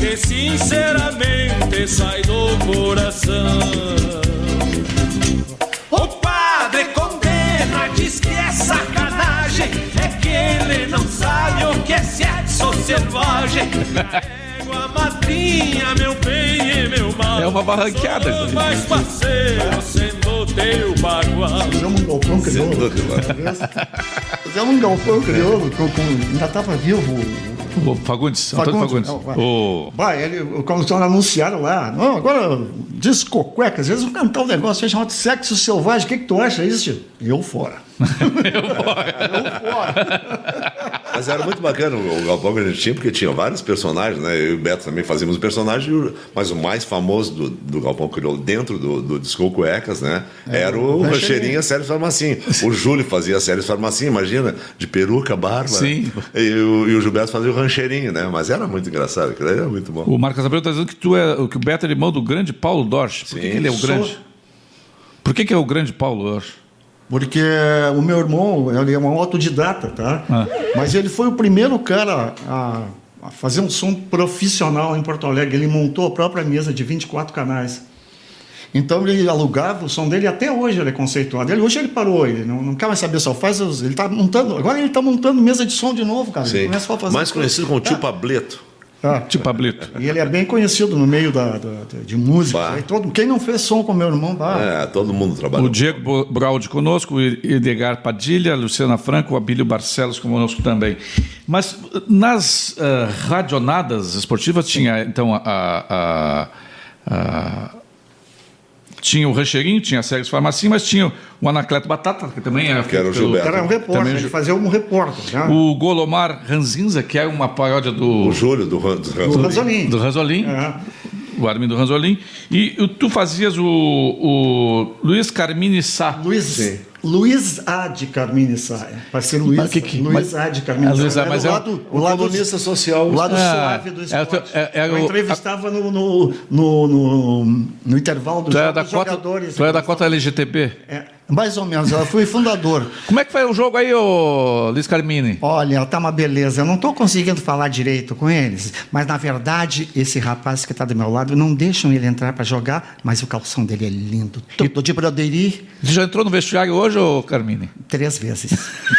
que sinceramente sai do coração. O padre condena, diz que é sacanagem. É que ele não sabe o que é sexo selvagem. Carrego a madrinha, meu bem e meu mal.
É uma barranqueada,
Sou
gente.
mais parceiro, sendo teu bagual.
Fizemos um galpão crioulo. Fizemos um galpão crioulo. Com, com, ainda estava vivo o-
O Fagundes, Antônio Fagundes.
não, vai.
O-
Vai, ele, quando os anunciaram lá, não, agora disco cueca, às vezes vão cantar um negócio aí chamado sexo selvagem, o que, que tu acha isso? tio? Eu fora. Eu fora.
Mas era muito bacana o o Galpão que a gente tinha, porque tinha vários personagens, né? Eu e o Beto também fazíamos personagens, e o- mas o mais famoso do, do Galpão Crioulo dentro do, do Disco Cuecas, né?
É,
Era o
Rancheirinha.
Rancheirinha Sérgio Farmacinho. O Júlio fazia Sérgio Farmacinho, imagina, de peruca, barba.
Sim.
E o, e o Gilberto fazia o Rancheirinho, né? Mas era muito engraçado, aquilo aí era muito bom.
O Marcos Abreu está dizendo que, tu é, que o Beto é irmão do grande Paulo Dorsch. Por que,
Sim.
que ele é o
Sou.
grande? Por que, que é o grande Paulo Dorsch?
Porque o meu irmão, ele é um autodidata, tá?
Ah.
Mas ele foi o primeiro cara a, a fazer um som profissional em Porto Alegre. Ele montou a própria mesa de 24 canais. Então ele alugava o som dele e até hoje ele é conceituado. Ele, hoje ele parou, ele não, não quer mais saber, só faz. os- Ele tá montando. Agora ele tá montando mesa de som de novo, cara. Ele
Sim.
começa só a fazer.
Mais conhecido como Tio Pableto.
Ah,
Tio Tipo Pablito.
E ele é bem conhecido no meio da, da- da- de música.
Bah.
E todo, quem não fez som com meu irmão, bah,
É, todo mundo
O
trabalhou.
Diego Bo- Braudi conosco, o Edgar Padilha, a Luciana Franco, o Abílio Barcelos conosco também. Mas uh, nas ah, radionadas esportivas tinha, então, a, a- a- tinha o Rancheirinho, tinha a Sérgio Farmacinha, mas tinha o Anacleto Batata, que também era...
Que era o
feito pelo-
Gilberto.
era um repórter,
É, Também
ele
ju-
fazia um repórter. Né?
O Golomar Ranzinza, que era uma paródia do...
O Júlio do, Ran- do
O
Ranzolin.
Ranzolin.
Do Ranzolim,
É.
o Armin do Ranzolim. E o- tu fazias o, o Luiz Carmine Sá.
Luiz, Luiz A. de Carmine Saia. Parceiro Luiz,
Mas que que-
Luiz
mas-
A. de Carmine
Ah, Luiz A,
Saia. Era
mas
o
é um-
lado, o
O
lado,
colunista social.
o lado
Ah,
suave do
era o teu-
esporte.
é- era
eu
o-
entrevistava no, no, no, no, no intervalo dos
Tu era da
dos
cota,
jogadores.
tu era da cota LGTB.
É, mais ou menos, eu fui fundador.
Como é que foi o jogo aí, ô Luiz Carmine?
Olha, tá uma beleza. Eu não tô conseguindo falar direito com eles, mas na verdade, esse rapaz que tá do meu lado, não deixam ele entrar pra jogar, mas o calção dele é lindo. Todo de broderi,
Você já entrou no vestiário hoje, ô Carmine?
três vezes.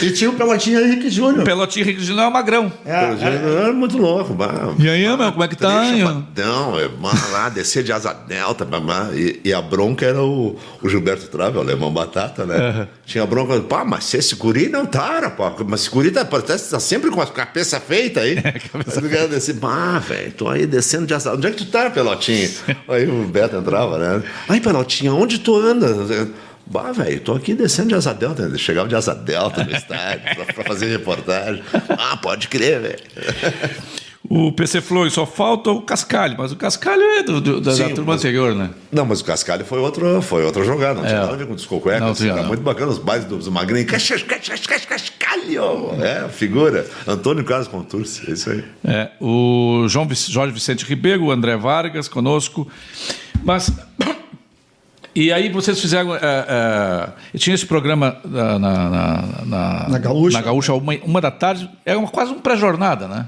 e tinha o Pelotinha Henrique Júnior.
Pelotinho Henrique Júnior é o magrão.
Pelo
É,
jeito, Era muito louco. bah.
E aí, meu, como é que tá?
Três
hein?
chapadão, é, mano, lá, descer de asa delta, mamá, e, e a bronca era o, o Gilberto Trave, o alemão batata, né? Tinha bronca, pá, mas se esse guri não tá, pá, mas esse guri tá, parece que tá sempre com a cabeça feita aí. aí o cara disse, pá, velho, tô aí descendo de asa, onde é que tu tá, Pelotinha? aí o Beto entrava, né? Aí, Pelotinha, onde tu anda? Bah, velho, tô aqui descendo de asa delta. Ele Chegava de asa delta no estádio pra, pra fazer reportagem. Ah, pode crer, velho.
O PC Flor só falta o Cascalho, mas o Cascalho é do- do- da, da
Sim,
turma
mas-
anterior, né?
Não, mas o Cascalho foi outra, foi outra jogada. Não tinha
É.
nada a ver com o Disco Cueca.
Não
assim,
tinha,
era
não.
muito bacana os bailes dos magrinhos. Cas- cas- cas- cas- Cascalho! É, figura. Antônio Carlos Conturci, é isso aí.
É, o João Vic- Jorge Vicente Ribeiro, o André Vargas conosco. Mas. E aí vocês fizeram. é, é, e tinha esse programa na, na, na- na-
Na Gaúcha.
na Gaúcha, uma, uma da tarde. Era uma- quase um pré-jornada, né?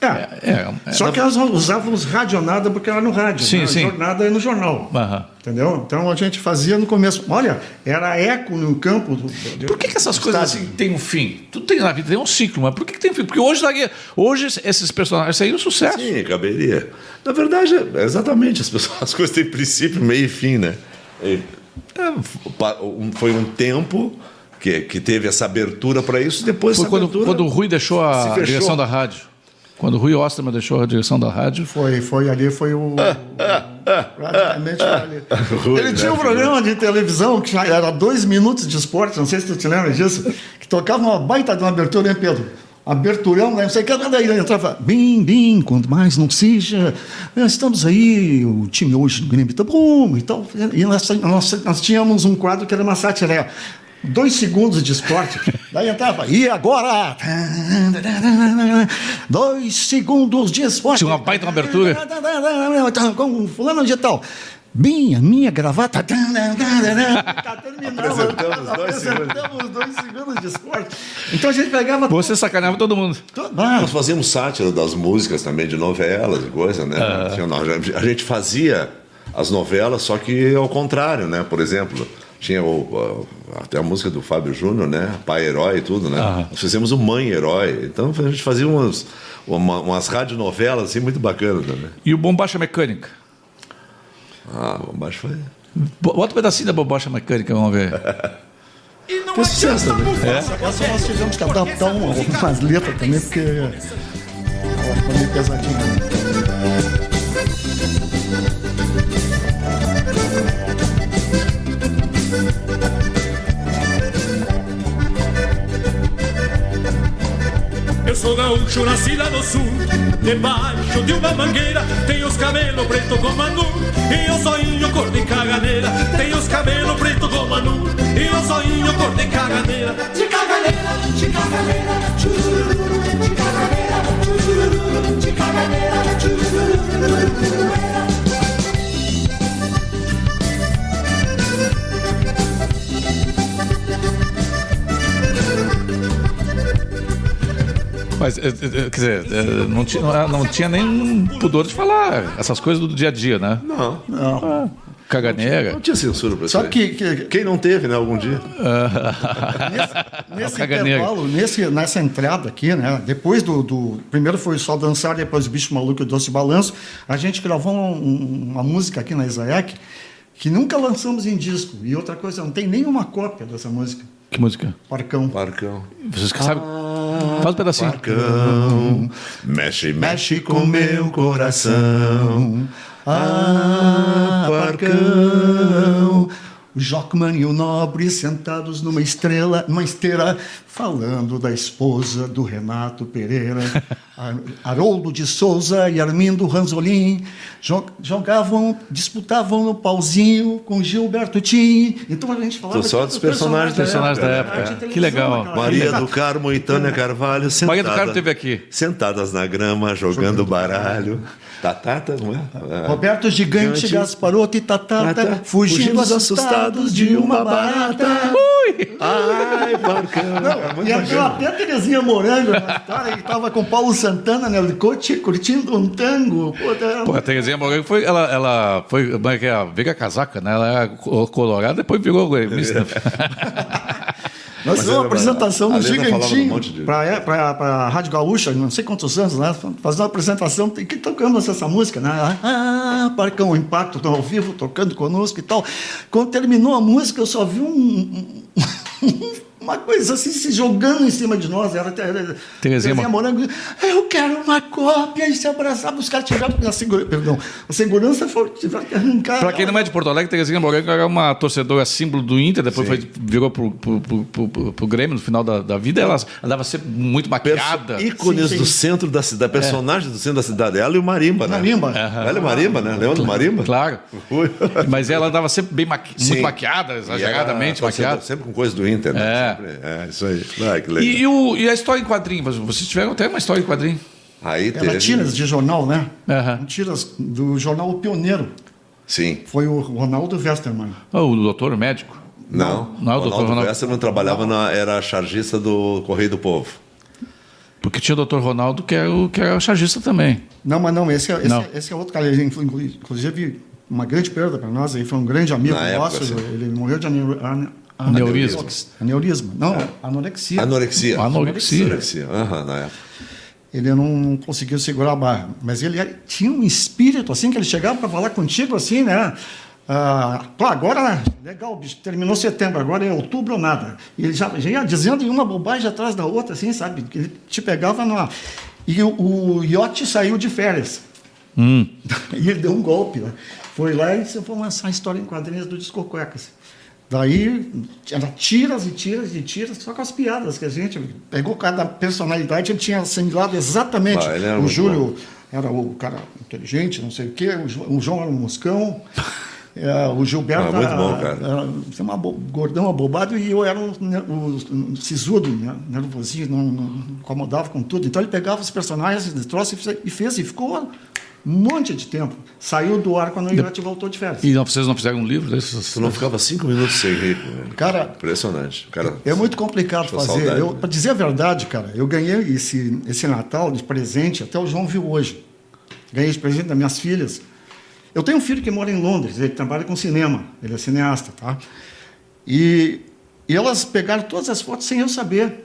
é.
É, é,
Só que elas usavam os radionada porque era no rádio.
Sim,
né?
sim.
Jornada é no jornal.
Aham.
Entendeu? Então a gente fazia no começo. Olha, era eco no campo. do- do-
Por que, que essas coisas
Estádio.
assim têm um fim? Tudo tem na vida, tem um ciclo, mas por que, que tem um fim? Porque hoje, daria- hoje esses personagens saíram um sucesso.
Sim, caberia. Na verdade, é exatamente. As, pessoas, as coisas têm princípio, meio e fim, né? E, é, f- pa- um- foi um tempo que, que teve essa abertura para isso. Depois
Foi
essa
quando,
abertura
quando o Rui deixou
se
a
fechou.
direção da rádio. Quando o Rui Osterman deixou a direção da rádio.
Foi, foi ali, foi o.
Ah,
Praticamente foi ali.
Rui,
Ele tinha
né,
um programa de televisão que já era dois minutos de esporte, não sei se tu te lembra disso, que tocava uma baita de uma abertura, hein, Pedro? Aberturão, né? não sei o que, daí entrava, bim, bim, quanto mais não seja, é, estamos aí, o time hoje do Grêmio tá bom e tal. E nós, nós, nós tínhamos um quadro que era uma sátira. Dois segundos de esporte, daí entrava, e agora? Dois segundos de esporte.
Tinha uma baita uma abertura.
Com fulano de tal. Bem, a minha gravata. Tá terminando.
Apresentamos dois segundos.
Apresentamos dois segundos de esporte. Então a gente pegava.
Você sacaneava todo mundo.
to- Ah,
Nós fazíamos sátira das músicas também, de novelas e coisa, né? Tinha- nós- a gente fazia as novelas, só que ao contrário, né? Por exemplo, tinha o- a- até a música do Fábio Júnior, né? Pai Herói e tudo, né? Nós fizemos o Mãe Herói. Então a gente fazia umas, uma, umas radionovelas assim, muito bacanas também.
E o Bombacha Mecânica.
Ah, o baixo foi.
Bo- Bota um pedacinho da Bombacha Mecânica, vamos ver.
E não
Fez sucesso
adianta
também.
bufança,
essa nós tivemos que adaptar uma, umas letras também, porque. Ela ficou meio pesadinha.
Eu sou gaúcho, nasci lá no sul Debaixo de uma mangueira Tenho os cabelos preto como anu E o zoinho cor de caganeira Tenho os cabelos preto como anu E o zoinho cor de caganeira De caganeira, de caganeira tchurururu, De caganeira, tchurururu, de caganeira tchurururu.
Mas, eh, eh, eh, quer dizer, eh, não tinha, não- não tinha nem pudor de falar essas coisas do dia a dia, né?
Não, não
Caganeira.
tinha censura pra isso.
Só
aí.
que- que-
Quem não teve, né, algum dia?
Nesse
Caganeira.
intervalo, nesse, nessa entrada aqui, né? Depois do, do- Primeiro foi só dançar, depois o bicho maluco e o doce de balanço. A gente gravou um- um- uma música aqui na Isaiac que nunca lançamos em disco. E outra coisa, não tem nenhuma cópia dessa música.
Que música?
Parcão.
Parcão.
Vocês que sabem.
Ah,
Faz um pedacinho.
Parcão, mexe, mexe com meu coração.
Ah, Parcão. O Jockman e o Nobre sentados numa estrela, numa esteira, falando da esposa do Renato Pereira. Ar- Haroldo de Souza e Armindo Ranzolin jo- jogavam, disputavam no pauzinho com Gilberto Tim. Então a gente falava
Tô só
de
dos
todo o
personagens da
Personagens da
A
época.
gente
Que
televisão,
legal.
cara.
Maria do Carmo e Tânia Carvalho sentadas.
Maria do Carmo teve aqui.
Sentadas na grama, jogando baralho. Tatata, não é? É.
Roberto Gigante,
Gigante,
Gasparoto e Tatata,
Tatá,
fugindo, assustados de uma barata.
Ai, Parcão. é muito
E entrou
bacana.
até a Terezinha né? Morango na história, que estava com o Paulo Santana, né? Ele curti- curtindo um tango. Pô, tá-
Pô, a Terezinha Morango foi. Ela, ela foi. Como é que é? A Veiga casaca, né? Ela era co- colorada, depois virou eh, gremista.
É.
Nós fizemos uma
era-
apresentação
a
no
Leda falava de um
Gigantinho
monte de-
para a Rádio Gaúcha, não sei quantos anos lá, fazendo uma apresentação, tem que tocando essa, essa música, né? Ah, Parcão, o impacto tão ao vivo, tocando conosco e tal. Quando terminou a música, eu só vi um- um- uma coisa assim se jogando em cima de nós. Era, era,
um
era
Terezinha Mo-
Morango. Eu quero uma cópia e se abraçava. Os caras tiveram que. a segura- Perdão, a segurança foi, tiveram que arrancar.
Pra quem não é de Porto Alegre, Terezinha Morango era uma torcedora símbolo do Inter, depois foi, virou pro, pro, pro, pro- pro Grêmio no final da, da vida. Ela andava sempre muito maquiada.
Perso- ícones
Sim, sim.
do centro da cidade, personagens do centro da cidade. Ela e o Marimba, né?
Marimba.
Ela e o Marimba, né? Leandro Marimba.
Claro.
Ui.
Mas ela andava sempre bem maqui muito
Sim.
maquiada, exageradamente
E era torcedor,
maquiada.
Sempre com coisa do Inter, né?
É.
Sempre. É, isso aí. Ah, que legal.
E, e o- e a história em quadrinho? Vocês tiveram até uma história em quadrinho.
Aí
Era
teve...
tiras de jornal, né?
Aham.
Tiras do jornal O Pioneiro.
Sim.
Foi o Ronaldo Westermann.
Ah, o doutor, o médico.
Não.
Não é o
Ronaldo
Dr. Ronaldo.
Westerman trabalhava na... Era chargista do Correio do Povo.
Porque tinha o doutor Ronaldo, que era o, que era o chargista também.
Não, mas não, esse é, esse,
Não.
é- esse é outro cara. Ele, inclu- inclu- inclusive, uma grande perda para nós. Ele foi um grande amigo
Na época,
nosso.
sim.
Ele morreu de aneur- ane-
Aneurisma.
aneurisma. Não,
É.
anorexia.
Anorexia.
Anorexia.
Anorexia. Aham, na época.
Ele não, não conseguiu é, segurar a barra. Mas ele era- tinha um espírito, assim, que ele chegava para falar contigo, assim, né? Ah, pô, agora, legal, bicho, terminou setembro, agora é outubro ou nada. E ele já, já ia dizendo uma bobagem atrás da outra, assim, sabe? Que Ele te pegava na. E o, o iote saiu de férias. E ele deu um golpe. Né? Foi lá e disse: "Eu vou lançar a história em quadrinhos do Disco Cuecas. Daí, era tiras e tiras e tiras, só com as piadas que a gente pegou cada personalidade, ele tinha assimilado exatamente.
Bah, Ah, ele era
o
muito
Júlio era o cara inteligente, não sei o quê, o, Jo- o João era um moscão, é, o Gilberto
Ah, muito
era,
bom, cara.
era um abo- gordão abobado e eu era o, ne- o sisudo, né, nervosinho, não, não incomodava com tudo. Então ele pegava os personagens de troço e fez, e fez, e ficou um monte de tempo. Saiu do ar quando o Iote voltou de férias.
E não, vocês não fizeram um livro desses?
Tu não ficava cinco minutos sem rir. velho.
Cara,
Impressionante. O cara,
É muito complicado
Deixa eu
fazer.
saudade,
eu,
né?
pra dizer a verdade, cara, eu ganhei esse, esse Natal de presente, até o João viu hoje. Ganhei de presente das minhas filhas. Eu tenho um filho que mora em Londres, ele trabalha com cinema, ele é cineasta, tá? E, e elas pegaram todas as fotos sem eu saber.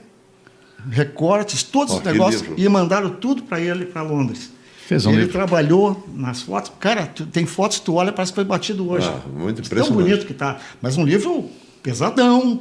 Recortes, todos
Ó,
os
que
negócios,
livro.
e mandaram tudo para ele, para Londres.
Fez um
ele
livro.
trabalhou nas fotos. Cara, tu- tem fotos, tu olha, parece que foi batido hoje.
Ah, muito
é Tão
impressionante.
bonito que tá. Mas um livro pesadão,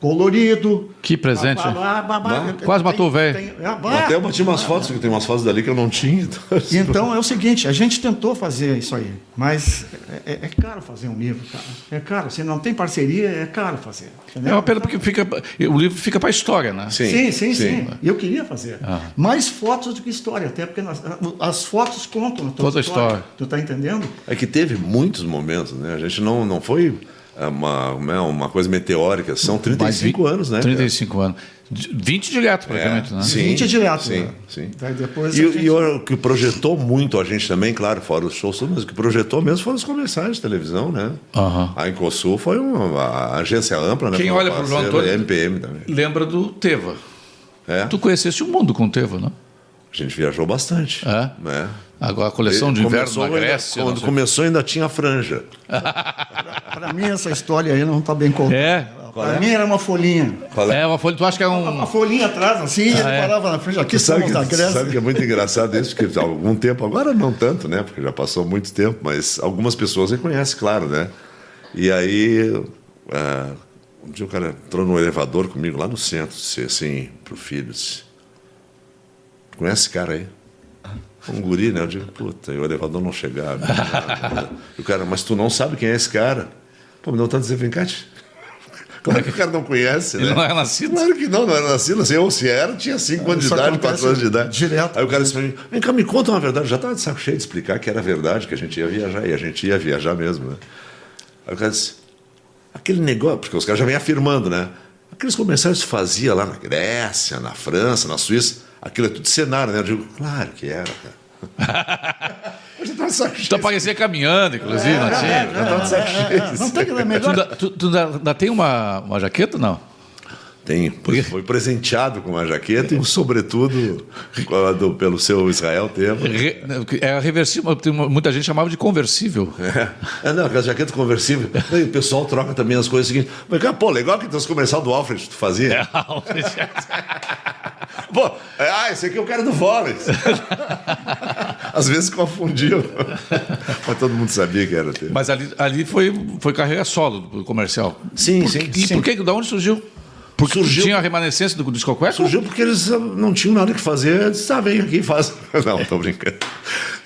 colorido.
Que presente,
Ba- ba- ba- ba-
Bah.
Quase matou o velho.
tem- é, bah.
Até eu bati umas fotos, porque tem umas fotos dali que eu não tinha. Então,
Então é o seguinte, a gente tentou fazer isso aí, mas é, é- é caro fazer um livro, cara. É caro. Se não tem parceria, é caro fazer.
É
entendeu?
uma pena porque fica, o livro fica para a história, né?
Sim, sim, sim. Eu queria fazer.
Ah.
Mais fotos do que história, até porque nós- as fotos contam a tua
Toda a história.
Tu tá entendendo?
É que teve muitos momentos, né? A gente não, não foi é, uma, né, uma coisa meteórica. São 35
Mas vi-
anos, né? cara?
35 anos. De- 20 direto, praticamente, né?
sim,
20 é direto,
Sim,
né?
sim.
Daí depois
e
a
o-
gente-
e o que projetou muito a gente também, claro, fora os shows, mas o que projetou mesmo foram os comerciais de televisão, né?
Aham.
A Incosul foi uma a agência ampla, né?
Ah. Quem
Foi um
olha pro João
parceiro,
Antônio-
e a MPM também.
Lembra do Teva.
É,
Tu conheceste o mundo com o Teva, né?
a gente viajou bastante.
É?
Né?
Agora a coleção de inverno
Começou
na
ainda-
Grécia.
quando
não sei.
começou ainda tinha a franja.
Para mim essa história aí não está bem contada.
É,
Qual é?
Para mim era uma folhinha.
Qual
é uma folha. Tu acha que é
Uma
um.
folhinha atrás, assim, ele
é?
parava na frente, aqui
Sabe
somos
que,
da Grécia.
sabe que é muito engraçado isso, porque há algum tempo, agora não tanto, né? Porque já passou muito tempo, mas algumas pessoas reconhecem, claro, né? E aí, ah, um dia o cara entrou num elevador comigo lá no centro, disse assim, pro filho, disse, conhece esse cara aí? Um guri, né? Eu digo, puta, e o elevador não chegava. E o cara, mas tu não sabe quem é esse cara? Pô, me deu tanto dizer, vem cá, tio." Claro que o cara não conhece, né?
Ele não era nascido.
Claro que não, não era nascido. Assim, eu, se era, tinha 5 anos de
Isso
idade,
acontece
4 anos de idade.
direto.
Aí o cara disse pra mim: vem cá, me conta uma verdade. Já estava de saco cheio de explicar que era verdade, que a gente ia viajar, e a gente ia viajar mesmo, né? Aí o cara disse: aquele negócio, porque os caras já vêm afirmando, né? Aqueles comerciais que fazia lá na Grécia, na França, na Suíça, aquilo é tudo cenário, né? Eu digo: claro que era, Então, cara. Eu já tava de saco cheio.
Tu aparecia caminhando, inclusive, não tinha?
Já tava de saco cheio.
É, Não tem que dar
Tu,
melhor.
ainda- tu- tu ainda- ainda tem uma, uma jaqueta, não?
Tem, pois foi presenteado com uma jaqueta e um sobretudo com a do- pelo seu Israel Tema.
Re- é reversível, tem uma- muita gente chamava de conversível.
É, não, aquela jaqueta conversível. Daí o pessoal troca também as coisas seguintes. Mas, cara, pô, legal que teus comercial do Alfred tu fazia. Pô, é, ah, esse aqui é o cara do vôlei. Às vezes confundiam. Mas todo mundo sabia que era o tema.
Mas ali, ali foi, foi carreira solo do comercial.
Sim,
por,
sim,
E
sim.
por que, de onde surgiu? Porque
Surgiu-
tinha a remanescência do Disco Quest?
Surgiu porque eles ah, não tinham nada que fazer. Eu Disse, ah, vem aqui e faz. Não, tô brincando.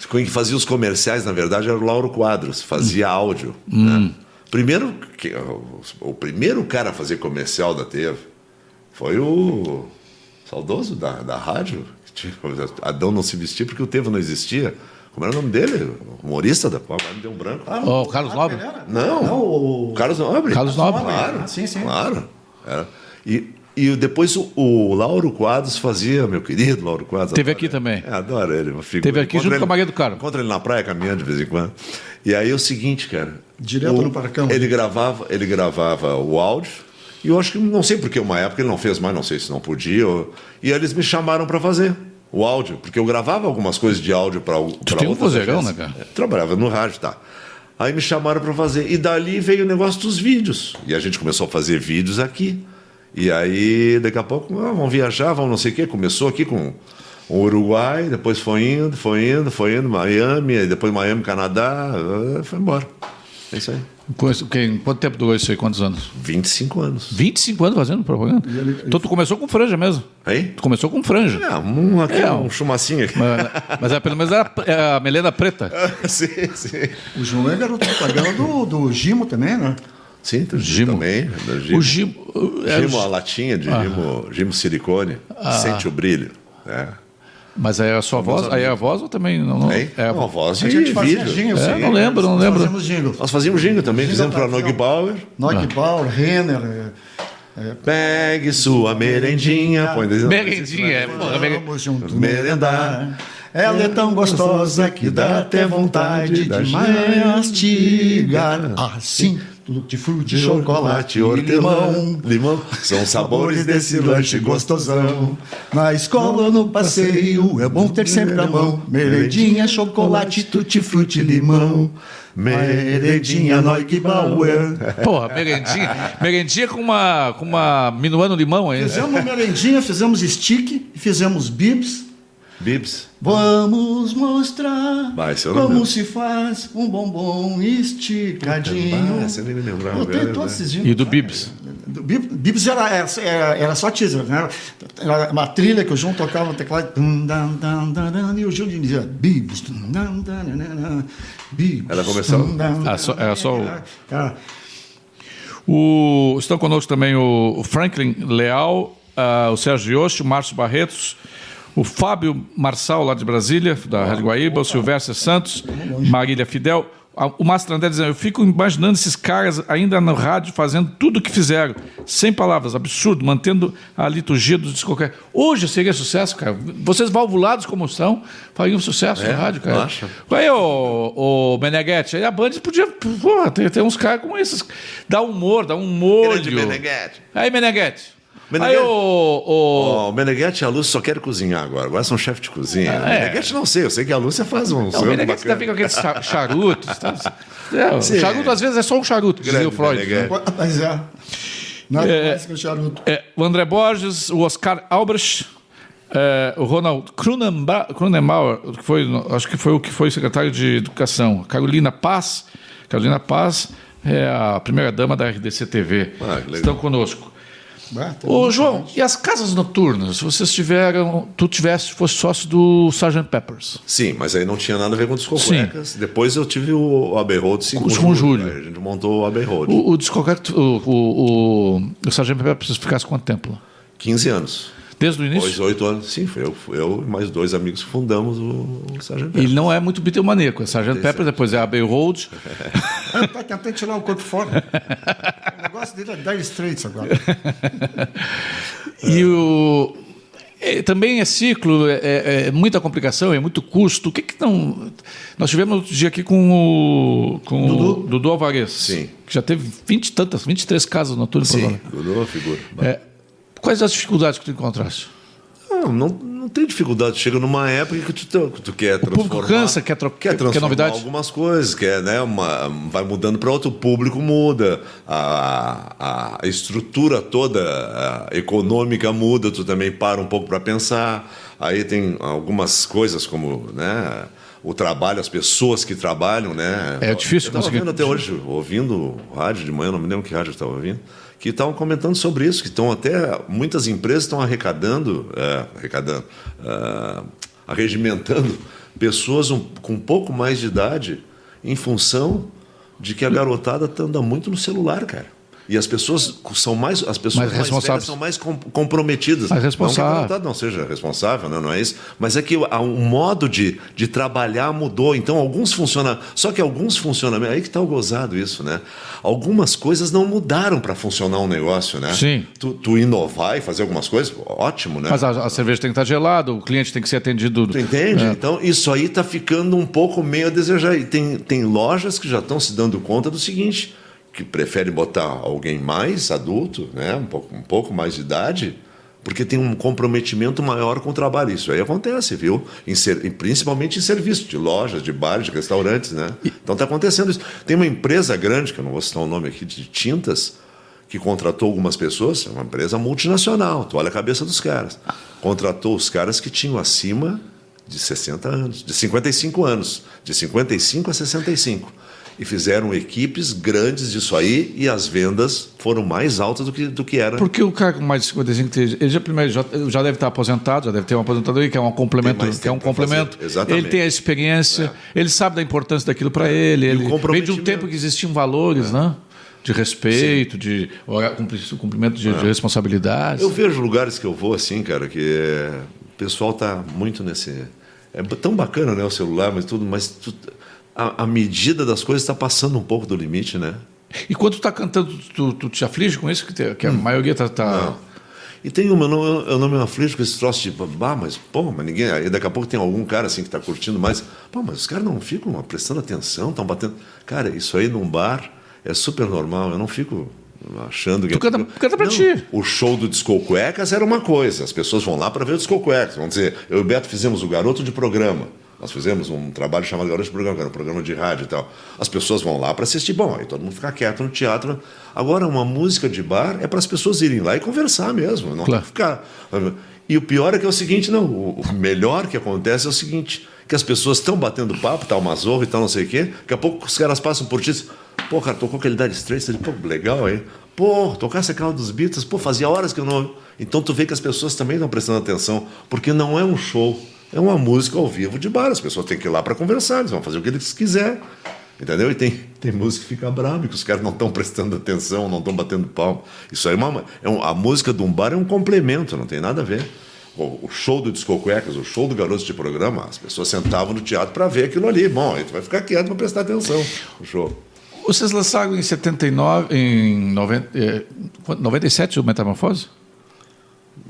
Quem fazia os comerciais, na verdade, era o Lauro Quadros. Fazia áudio. né? Primeiro, que- o, o primeiro cara a fazer comercial da TV foi o saudoso da, da rádio. que tinha- Adão não se vestia porque o Tevo não existia. Como era o nome dele? O humorista da Agora me deu um branco. Ah,
Ó, o Carlos Nobre?
não,
o-
o Carlos Nobre.
Carlos Nobre.
Claro,
Ah, sim, sim.
claro. Era. E, e depois o, o Lauro Quadros fazia, meu querido Lauro Quadros.
Teve
adoro
aqui
ele.
também.
É, adoro ele. uma figura.
Teve aqui
Encontro
junto
ele-
com a Maria do Carmo.
Encontro ele na praia caminhando de vez em quando. E aí é o seguinte, cara.
Direto
o-
no Parcão.
Ele gravava, ele gravava o áudio. E eu acho que, não sei porque, uma época ele não fez mais, não sei se não podia. ou- E aí eles me chamaram para fazer o áudio, porque eu gravava algumas coisas de áudio para o. pra
tem um
outras
vozeirão,
agências.
né, cara?
É, Trabalhava no rádio, tá. Aí me chamaram para fazer. E dali veio o negócio dos vídeos. E a gente começou a fazer vídeos aqui. E aí, daqui a pouco, ah, vão viajar, vão não sei o quê. Começou aqui com o Uruguai, depois foi indo, foi indo, foi indo, Miami, aí depois Miami, Canadá, ah, foi embora. É isso aí.
Conheço- quem- Quanto tempo durou isso aí? Quantos anos?
25 anos.
25 anos fazendo propaganda? Então tu começou com franja mesmo.
Aí?
Tu começou com franja.
É, um, aqui,
É,
um
um-
chumacinho aqui.
Mas, mas é, pelo menos era é, a melena preta.
sim, sim.
O João é garoto propaganda do, do Gimo também, né?
Sim, do
Gimo.
também. do
O
Gimo.
Gimo. é,
Gimo, a latinha de gimo, gimo silicone. Sente o brilho. né?
Mas aí é a sua voz? Aí é a voz ou também? Não, não,
Aí,
é,
uma voz de
A gente fazia
vídeo.
jingle,
É,
sim.
não lembro, não
Nós
lembro.
Fazíamos jingle.
Nós fazíamos jingle também, fizemos para Nog Bauer.
Nock Bauer, Renner.
Pegue sua merendinha. Põe desse-
Merendinha, é,
eh,
porra, merendinha.
Vamos junto
Merendar.
merendar. Ela é tão gostosa que dá até vontade de mastigar. Assim, de fruto de chocolate,
hortelã,
hortelão.
limão. São sabores
Sabores
desse lanche gostosão.
Na escola ou no passeio, é bom ter sempre a mão. Merendinha, chocolate, tutti-frutti, limão. Merendinha, Neugbauer.
Porra, merendinha. merendinha com uma, com uma minuano limão aí. né?
Fizemos merendinha, fizemos stick, fizemos bibs.
Bibs.
Vamos mostrar
Vai, esse eu não
como
lembro.
se faz um bombom esticadinho.
Ah, você nem me lembrava,
Eu tenho
velho,
todos
né?
esses
E
dias.
do Bibs.
Do Bib- Bibs era, era, era só teaser, né? Era uma trilha que o João tocava no teclado. Dum, dam, dam, dam, dam, E o Júlio dizia Bibs. dum, dam, dam, dam, dam, dam, Bibs.
Ela começava?
dum, dam,
Ah, só- era só o-
Era- era-
O, estão conosco também o o Franklin Leal, ah, o Sérgio Yoshi, o Márcio Barretos, o Fábio Marçal, lá de Brasília, da Rádio Guaíba, o Silvestre Santos, Marília Fidel. A- O Mastro André dizendo, eu fico imaginando esses caras ainda no rádio fazendo tudo o que fizeram, sem palavras, absurdo, mantendo a liturgia do disco. qualquer. Hoje seria sucesso, cara. Vocês valvulados como são, fariam sucesso no rádio, cara.
acha?
Aí, ô, ô Meneghetti, aí a Band podia. Porra, tem, tem uns caras como esses. Dá humor, dá um molho.
Grande Meneghetti.
Aí, Meneghetti.
Meneghetti.
Aí, ô. ô-
Ó, o Meneghetti e a Lúcia só querem cozinhar agora. Agora são um chefe de cozinha. O
é.
Meneghetti não sei. Eu sei que a Lúcia faz
Não,
um
o Meneghetti
bacana.
ainda fica com aqueles cha- charutos. Tá? É, o charuto, às vezes, é só um charuto, dizia o
Grande
Freud.
Meneghetti.
Mas é. Nada
É.
mais que o charuto.
É, o André Borges, o Oscar Albrecht, é, o Ronald Krunenba- Krunenbauer, que foi, acho que foi o que foi secretário de Educação, Carolina Paz. Carolina Paz é a primeira dama da RDC TV.
Ah, que legal.
Estão conosco.
Ah, tem
Ô,
muito
João, e as casas noturnas? Vocês tiveram. Tu tivesse, fosse sócio do Sgt. Peppers.
Sim, mas aí não tinha nada a ver com Discopecas. Depois eu tive o Abbey Road 5
Com o Júlio.
Aí A gente montou o Abbey Road.
O, o discoteca- O, o, o, o Sgt. Peppers ficasse quanto tempo lá?
15 anos.
Desde o início?
Depois, 8 anos. Sim, foi eu, foi eu e mais dois amigos que fundamos o, o Sargento Peppers.
Ele não é muito bitomaníaco. É Sgt. Peppers, depois é a Bay Road.
Tá tentando tirar o corpo fora. O negócio dele é Dire Straits agora.
E o. é, também é ciclo, é, é- é muita complicação, é muito custo. O que que não. Nós tivemos outro dia aqui com o. Com Dudu? O Dudu Alvarez.
Sim.
Que já teve 20 e tantas, 23 casas noturnas por
Sim,
lá.
mudou a figura.
É, quais as dificuldades que tu encontraste?
Não, não, não tem dificuldade. Chega numa época que tu, tu, tu quer transformar.
público cansa, quer tro- quer
transformar
novidade.
algumas coisas, quer, né? Uma, vai mudando para outro, o público muda, a, a estrutura toda a econômica muda, tu também para um pouco para pensar. Aí tem algumas coisas como, né? O trabalho, as pessoas que trabalham, né?
É difícil
eu tava
conseguir-
vendo até hoje, ouvindo rádio de manhã, não me lembro que rádio eu estava ouvindo, que estavam comentando sobre isso, que estão até. Muitas empresas estão arrecadando, é, arrecadando, é, arregimentando pessoas um- com um pouco mais de idade em função de que a garotada tá- anda muito no celular, cara. E as pessoas são mais. As
Mais
pessoas mais, velhas
responsáveis.
são mais com- comprometidas.
Mais
Não que a
responsável.
garotada não seja responsável, né? não é isso. Mas é que o- há um modo de, de trabalhar mudou. Então, alguns funcionam. Só que alguns funcionam. Aí que está o gozado isso, né? Algumas coisas não mudaram para funcionar um negócio, né?
Sim.
Tu, tu inovar e fazer algumas coisas, ótimo, né?
Mas a, a cerveja tem que estar gelada, o cliente tem que ser atendido.
Tu
É.
entende? Então, isso aí está ficando um pouco meio a desejar. E tem, tem lojas que já estão se dando conta do seguinte, que preferem botar alguém mais adulto, né? um, pouco, um pouco mais de idade, porque tem um comprometimento maior com o trabalho. Isso aí acontece, viu? Em ser- e principalmente em serviço, de lojas, de bares, de restaurantes, né? Então está acontecendo isso. Tem uma empresa grande, que eu não vou citar o nome aqui, de tintas, que contratou algumas pessoas, é uma empresa multinacional, tu olha a cabeça dos caras. Contratou os caras que tinham acima de 60 anos, de 55 anos, de 55 a 65. e fizeram equipes grandes disso aí e as vendas foram mais altas do que, do que era.
Porque o cara com mais de 55 tem- ele já primeiro já, já deve estar aposentado, já deve ter uma aposentadoria que é um complemento,
Tem mais
que é um
tempo pra
complemento.
fazer, exatamente. É.
Ele tem a experiência, ele sabe da importância daquilo para ele, ele vem de um
comprometimento. É.
tempo que existiam valores, né? De respeito, de hora- cumpri- cumprimento de, de responsabilidades.
É. Eu vejo lugares que eu vou assim, cara, que é, o pessoal tá muito nesse. É b- tão bacana, né, o celular, mas tudo, mas tu- a, a medida das coisas está passando um pouco do limite, né?
E quando tu tá cantando, tu, tu te aflige com isso? Que, te-
Hum.
que a maioria tá. tá-
E tem uma, eu não, eu- eu não me aflijo com esse troço de, bah, mas, pô, mas ninguém. Aí daqui a pouco tem algum cara assim que tá curtindo mais. Pô, mas os caras não ficam prestando atenção, estão batendo. Cara, isso aí num bar é super normal, eu não fico achando que. é-
Tu canta-
Não,
canta pra ti.
O show do Disco Cuecas era uma coisa, as pessoas vão lá para ver o Disco Cuecas. Vamos dizer, eu e o Beto fizemos o Garoto de Programa. Nós fizemos um trabalho chamado Garoto de Programa, que era um programa de rádio e tal. As pessoas vão lá para assistir. Bom, aí todo mundo fica quieto no teatro. Agora, uma música de bar é para as pessoas irem lá e conversar mesmo. Não
Claro.
tem que ficar. E o pior é que é o seguinte, não. O o melhor que acontece é o seguinte: que as pessoas estão batendo papo, tá uma zorra e tal, não sei o quê. Daqui a pouco os caras passam por ti e dizem, pô, cara, tocou aquele Dire Straits, ele, pô, legal, hein? Pô, tocasse aquela dos Beatles, pô, fazia horas que eu não. Então tu vê que as pessoas também estão prestando atenção, porque não é um show, é uma música ao vivo de bar. As pessoas têm que ir lá para conversar, eles vão fazer o que eles quiserem. Entendeu? E tem, tem música que fica brava, que os caras não estão prestando atenção, não estão batendo palma. Isso aí é uma. É um, a música de um bar é um complemento, não tem nada a ver. O, o show do Disco Cuecas, o show do Garoto de Programa, as pessoas sentavam no teatro para ver aquilo ali. Bom, aí tu vai ficar quieto para prestar atenção no show.
Vocês lançaram em 79, em 90, eh, quando- 97 o Metamorfose?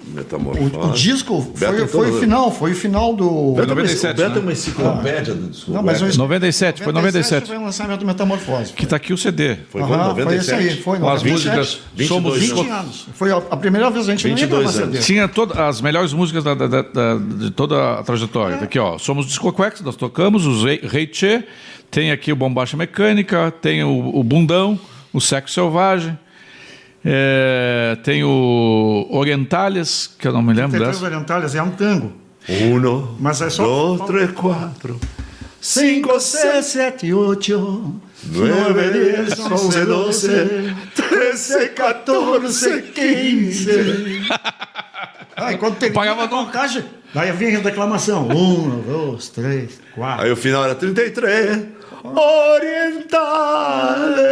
Metamorfose.
O, o disco foi,
Beto então
foi o
não-
final, foi o final do.
Beto, é uma-
97,
o Beto
né?
é uma enciclopédia do Disco
Não, mas
Cuecas.
eu-
97, foi 97.
Foi o lançamento do Metamorfose.
Que tá aqui o CD.
Foi quando?
Aham, foi esse
97?
aí, foi
Com as
97.
músicas
22
Somos né?
anos.
20 anos. Foi a, a primeira vez a gente não ia
22
gravar CD.
anos.
Tinha todas as melhores músicas da- da- da- da- de toda a trajetória. Tá Aqui, ó. Somos Discoquex, nós tocamos, o Zei- Rei Tchê, tem aqui o Bombacha Mecânica, tem o, o Bundão, o Sexo Selvagem, é, tem o Orientalhas, que eu não me lembro
Tetras
dessa.
Orientais é um tango.
Uno,
Mas é só-
dos, três, quatro, cinco, seis,
7, 8,
9, 10, 11, 12, 13, 14, 15.
Aí quando termina
Pagava
a contagem, daí vinha a declamação. Um, dois, três, quatro.
Aí o final era 33. Orientale.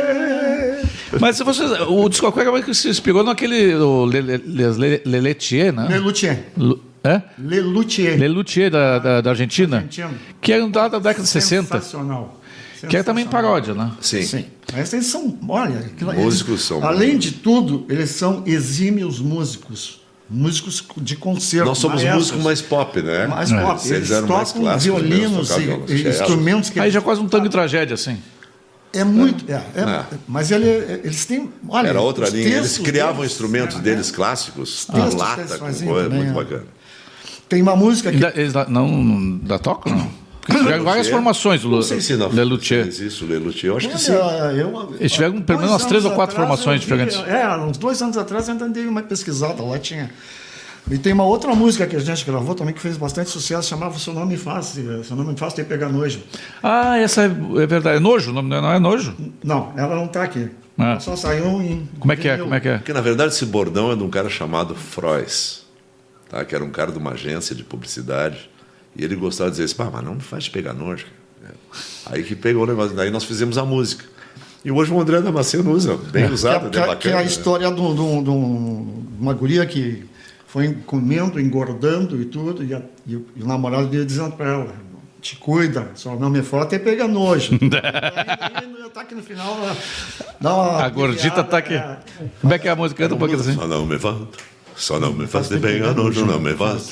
Mas se vocês, o Discoquex é uma que se inspirou naquele o Le- Le- Le- Le- Leletier, né?
Lelutier.
Lu- é?
Lelutier.
Lelutier da, da, da Argentina,
Argentina.
que era um da, da década de 60,
Sensacional.
que era também
Sensacional.
paródia, né?
Sim.
Sim. Mas eles são, olha, aquilo-
Músicos são
Além de tudo, eles são exímios músicos, músicos de concerto.
Nós somos
maestros,
músicos mais pop, né?
mais pop.
Vocês
Eles
eram mais
tocam
clássicos mesmo,
violinos e,
tocavam É,
e
cello.
instrumentos que
Aí já quase um tango de tragédia, assim.
é muito, é, é,
É.
mas ele, eles têm, olha,
Era outra
os
linha. Eles
textos
criavam
deles,
instrumentos
é,
deles clássicos,
textos que
em
eles
lata, com
faziam
coisa,
também,
muito
é.
bacana.
Tem uma música É que
Ainda- eles lá- não da toca, não? Porque
Lelutier.
tiveram várias formações né, do
Não sei se na
Lelutier.
fez isso, Lelutier. Eu acho que sim.
Olha, eu-
Eles tiveram pelo
dois
menos umas três
anos
ou quatro
atrás
formações
eu vi-
diferentes.
É, uns dois anos atrás eu ainda dei uma pesquisada lá, tinha. E tem uma outra música que a gente gravou também que fez bastante sucesso, chamava Seu Nome Fácil, Seu Nome Fácil tem que pegar nojo.
Ah, essa é, é verdade. É nojo, o nome não é, não é nojo?
Não, ela não tá aqui.
Ah.
Ela só saiu em.
Como é que é? Como é que é?
Porque, na verdade, esse bordão é de um cara chamado Frois, tá? que era um cara de uma agência de publicidade. E ele gostava de dizer assim, "Pá, mas não me faz pegar nojo. cara." É. Aí que pegou o negócio. Daí nós fizemos a música. E hoje o André Damasceno usa, bem
Que é,
usado,
que
né?
é- que é
bacana.
a
né?
história de um- de um- de um- uma guria que foi comendo, engordando e tudo, e, a- e o, e o namorado dele dizendo para ela, te cuida, só não me fala até pega nojo. tá aqui no final, ela dá uma
A gordita
aliviada,
tá aqui.
Ah, é.
Como é que é a música? Canta um pouquinho assim.
Só não me faz, só não me faz te pegar nojo, não me faz,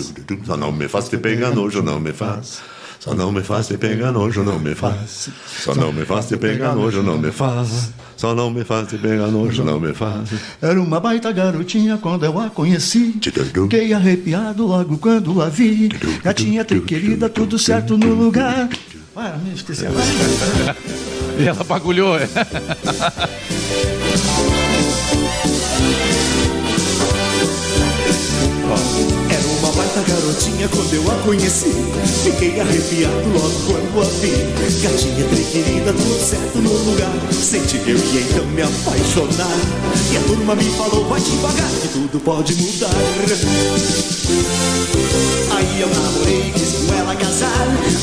só não me faz te pegar nojo, não me faz. Só não me faz te pegar nojo, não me faz. Só não me faz te pegar nojo, não me faz. Só não me faz te pegar nojo, não me faz.
Era uma baita garotinha quando eu a conheci.
Tidadum.
Fiquei arrepiado logo quando a vi. Gatinha triquerida, tudo certo no lugar. Ah, me esqueci agora.
E ela bagulhou. é.
Era uma baita garota Gatinha, quando eu a conheci, fiquei arrepiado logo quando a vi. Gatinha querida, tudo certo no lugar. Senti que eu ia então me apaixonar. E a turma me falou, vai devagar, que tudo pode mudar. Aí eu namorei, quis com ela casar.